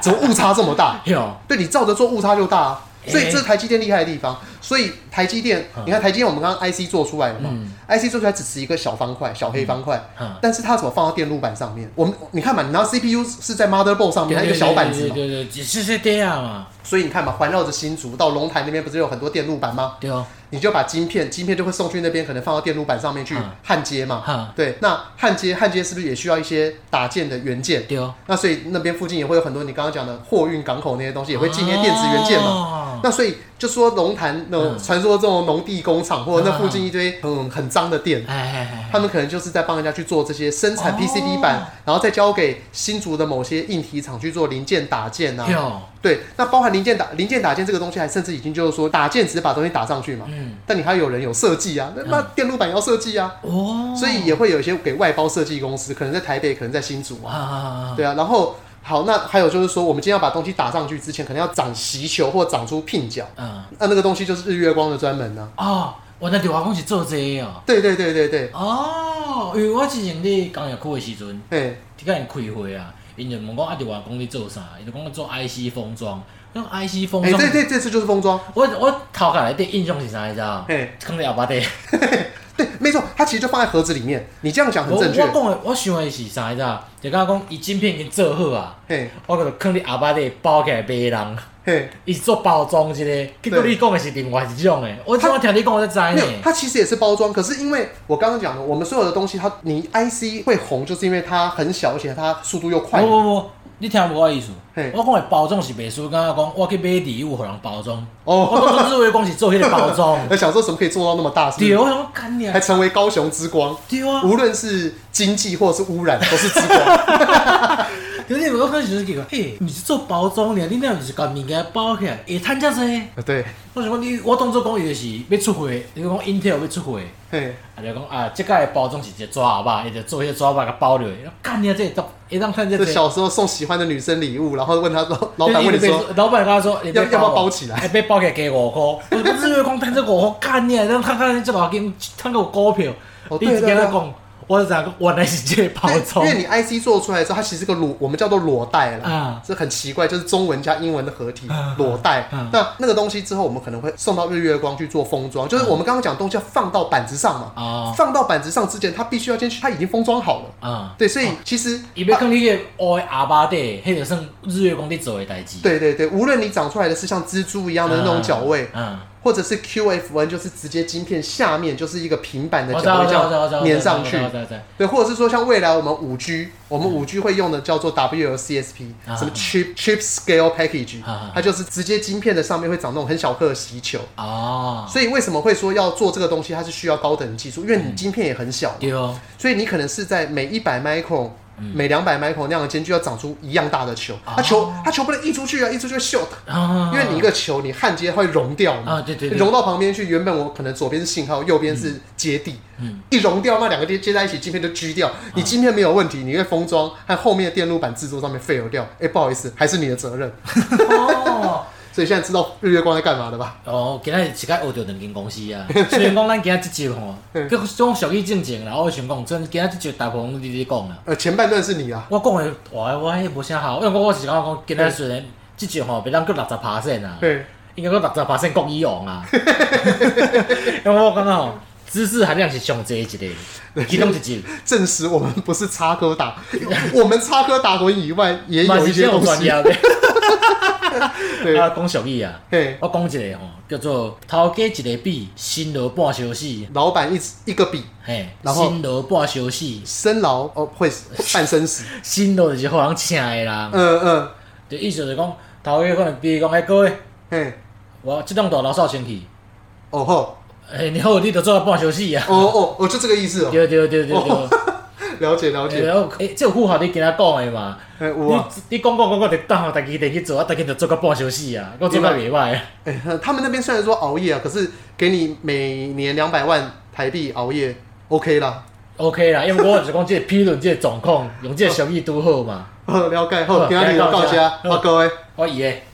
Speaker 2: 怎么误差这么 大？
Speaker 1: 有
Speaker 2: 对你照着做误差就大、啊，所以
Speaker 1: 欸
Speaker 2: 这是台积电厉害的地方。所以台积电，
Speaker 1: 啊
Speaker 2: 你看台积电我们刚刚 IC 做出来了嘛、i c 做出来只是一个小方块、小黑方块，
Speaker 1: 嗯
Speaker 2: 但是它怎么放到电路板上面？我们你看嘛，你拿 CPU 是在 motherboard 上面，它一个小板子嘛，
Speaker 1: 对对对，是是这样嘛，
Speaker 2: 所以你看嘛，环绕着新竹到龙潭那边不是有很多电路板吗？
Speaker 1: 对哦，
Speaker 2: 你就把晶片，晶片就会送去那边，可能放到电路板上面去
Speaker 1: 嗯
Speaker 2: 焊接嘛。
Speaker 1: 哈，
Speaker 2: 对，那焊接焊接是不是也需要一些打件的元件？
Speaker 1: 对哦，
Speaker 2: 那所以那边附近也会有很多你刚刚讲的货运港口那些东西，也会进一些电子元件嘛。
Speaker 1: 嘛，
Speaker 2: 那所以就说龙潭那种
Speaker 1: 哦嗯
Speaker 2: 传说中的农地工厂，或者那
Speaker 1: 嗯
Speaker 2: 附近一堆很很脏的店，
Speaker 1: 哎哎
Speaker 2: 他们可能就是在帮人家去做这些生产
Speaker 1: 哦
Speaker 2: PCB 板，然后再交给新竹的某些硬体厂去做零件打件
Speaker 1: 哎，对
Speaker 2: 啊。
Speaker 1: 哦，
Speaker 2: 对，那包含零件打零件打件这个东西，还甚至已经就是说打件只是把东西打上去嘛，
Speaker 1: 嗯，
Speaker 2: 但你还有人有设计啊，那那电路板也要设计啊，
Speaker 1: 哦，
Speaker 2: 所以也会有一些给外包设计公司，可能在台北，可能在新竹啊，
Speaker 1: 啊，
Speaker 2: 对啊，然后。好，那还有就是说，我们今天要把东西打上去之前，可能要长席球或长出聘角。
Speaker 1: 嗯，
Speaker 2: 那那个东西就是日月光的专门呢、
Speaker 1: 哦，我那电话讲是做这个哦，
Speaker 2: 对对对对对，
Speaker 1: 哦，因为我之前咧工业区的时阵。
Speaker 2: 哎，
Speaker 1: 去甲因开会啊，因就问讲啊，就话讲你做啥？伊就讲我做 IC 封装，用 IC 封
Speaker 2: 哎，
Speaker 1: 装。
Speaker 2: 这这这次就是封装，
Speaker 1: 我我头壳内底印象是啥？你知道？
Speaker 2: 嘿，
Speaker 1: 坑在后巴底。
Speaker 2: 对，没错，它其实就放在盒子里面。你这样讲
Speaker 1: 我
Speaker 2: 很
Speaker 1: 我
Speaker 2: 正
Speaker 1: 讲
Speaker 2: 确，
Speaker 1: 的，我想的是啥？你知道？就甲我讲，伊晶片已经做好啊，
Speaker 2: 嘿，
Speaker 1: 我就坑在后巴底包起来卖人。
Speaker 2: 嘿，
Speaker 1: 伊是做包装一个，结果
Speaker 2: 对
Speaker 1: 你讲的是另外一种的。我怎么听你讲我才知
Speaker 2: 没
Speaker 1: 呢
Speaker 2: 有？，它其实也是包装，可是因为我刚刚讲的，我们所有的东西它，你 IC 会红，就是因为它很小，而且它速度又快
Speaker 1: 不。不不，你听无我的意思
Speaker 2: 嘿。
Speaker 1: 我讲的包装是袂输，刚刚讲我去买礼物互人包装。
Speaker 2: 哦，
Speaker 1: 我当初以为讲是做迄个包装。
Speaker 2: 那小时候怎么可以做到那么大？是不
Speaker 1: 对，
Speaker 2: 是
Speaker 1: 我想干你啊
Speaker 2: 还！成为高雄之光，
Speaker 1: 对啊，
Speaker 2: 无论是经济或者是污染，都是之光。
Speaker 1: 有点我看就是奇怪，嘿，你是做包装的，你那就是把物件包起来，会趁遮济。
Speaker 2: 对，
Speaker 1: 我想讲你，我当作讲伊就是要出货，你讲 Intel 要出货，啊
Speaker 2: 嘿，
Speaker 1: 就讲啊，即个包装是一个纸盒吧，伊就做迄个纸盒把它包落去，干你啊，这会当会当趁遮
Speaker 2: 这
Speaker 1: 济。
Speaker 2: 小时候送喜欢的女生礼物，然后问他说，老板问你说，，
Speaker 1: 老板跟他说，
Speaker 2: 要要不要包起来
Speaker 1: 哎，被包起来给五块，我不是月光趁这五块，干你啊，让看看这老金趁个股票
Speaker 2: 哦，
Speaker 1: 你
Speaker 2: 对
Speaker 1: 一直
Speaker 2: 对
Speaker 1: 跟他
Speaker 2: 对
Speaker 1: 讲，我就知道原来是这个包
Speaker 2: 因
Speaker 1: 装
Speaker 2: 为。你 IC 做出来之后，它其实是个裸，我们叫做裸带啦，
Speaker 1: 啊
Speaker 2: 这很奇怪，就是中文加英文的合体，
Speaker 1: 啊
Speaker 2: 裸带。
Speaker 1: 啊
Speaker 2: 那那个东西之后，我们可能会送到日月光去做封装，就是我们刚刚讲的东西要放到板子上嘛，
Speaker 1: 哦
Speaker 2: 放到板子上之前，它必须要先去，它已经封装好了。
Speaker 1: 啊。
Speaker 2: 对，所以其实
Speaker 1: 伊要
Speaker 2: 它
Speaker 1: 放你迄个乌的阿巴底，迄就算日月光伫做诶代志。，
Speaker 2: 对对对，无论你长出来的是像蜘蛛一样的那种角位，
Speaker 1: 嗯，
Speaker 2: 或者是 QFN，就是直接晶片下面就是一个平板的
Speaker 1: 我知
Speaker 2: 角
Speaker 1: 道，我
Speaker 2: 位
Speaker 1: 知
Speaker 2: 这
Speaker 1: 道，我知道我知道，
Speaker 2: 样粘上去
Speaker 1: 我。知道我知道
Speaker 2: 对，或者是说像未来我们五 G，我们五 G 会用的叫做 WLCSP，、
Speaker 1: 啊
Speaker 2: 什么 Chip Chip Scale Package，、
Speaker 1: 啊
Speaker 2: 它就是直接晶片的上面会长那种很小颗的吸球。
Speaker 1: 哦，
Speaker 2: 所以为什么会说要做这个东西，它是需要高等技术，因为你晶片也很小，
Speaker 1: 嗯对嗯哦，
Speaker 2: 所以你可能是在每一百 micron、每两百 micron 那样的间距要长出一样大的球。它球它球不能溢出去啊，溢出去会 short。
Speaker 1: 啊
Speaker 2: 因为你一个球，你焊接会融掉嘛，
Speaker 1: 啊对对对嗯
Speaker 2: 融到旁边去。原本我可能左边是信号，右边是接地，一融掉，那两个接接在一起，晶片就锯
Speaker 1: 啊
Speaker 2: 掉。你晶片没有问题，你会封装和后面的电路板制作上面 fail 掉。哎、不好意思，还是你的责任。
Speaker 1: 哦，
Speaker 2: 所以现在知道日月光在干嘛了吧？
Speaker 1: 哦，今仔日是该学着两间公司 啊。虽然讲咱今仔即集吼，
Speaker 2: 嗯
Speaker 1: 佮种属于正经啦，我想讲，真今仔即集大部分拢你咧讲啦。
Speaker 2: 呃，前半段是你啊，
Speaker 1: 我讲诶话，我迄无啥效，因为我我是感觉讲，今仔虽然即集吼，别咱佮六十 percent 啊。
Speaker 2: 对，
Speaker 1: 应该讲六十八国语王 啊，因为我感觉吼，知识含量是上济一个，其中一集
Speaker 2: 证实 我们不是插科打，我们插科打诨以外，也
Speaker 1: 嘛
Speaker 2: 有
Speaker 1: 是
Speaker 2: 一
Speaker 1: 这
Speaker 2: 些
Speaker 1: 种
Speaker 2: 东
Speaker 1: 专
Speaker 2: 西
Speaker 1: 业。的，
Speaker 2: 对
Speaker 1: 啊，讲俗语啊，
Speaker 2: 嘿，
Speaker 1: 我讲一个吼，叫做头家一个比，新罗半小时，
Speaker 2: 老板一一个比
Speaker 1: 嘿，
Speaker 2: 然后
Speaker 1: 新罗半小时，
Speaker 2: 生劳哦 会半生死，
Speaker 1: 新罗就是互人请的人，
Speaker 2: 嗯嗯，
Speaker 1: 就意思就是讲，头家可能比如讲，哎各位，
Speaker 2: 嘿，
Speaker 1: 我即栋大楼扫清气，
Speaker 2: 哦吼，
Speaker 1: 哎，然后你就做到半小时啊，
Speaker 2: 哦哦哦，就这个意思哦，
Speaker 1: 对对对对对。
Speaker 2: 了解了解，
Speaker 1: 然后，诶，哎这有符合你今仔讲的嘛？
Speaker 2: 哎有
Speaker 1: 你
Speaker 2: 啊，
Speaker 1: 你讲讲讲讲，就等互家己地去做，啊，家己就做到半小时啊，我做到袂歹啊。
Speaker 2: 哎，他们那边虽然说熬夜啊，可是给你每年两百万台币熬夜，OK 啦，
Speaker 1: OK 啦，因为我就是讲这个批论这个状况，用这个俗语拄好嘛。哦
Speaker 2: 哦了解，好，
Speaker 1: 好
Speaker 2: 今天你就到
Speaker 1: 今天到
Speaker 2: 这，
Speaker 1: 这
Speaker 2: 好各位。
Speaker 1: 我伊诶，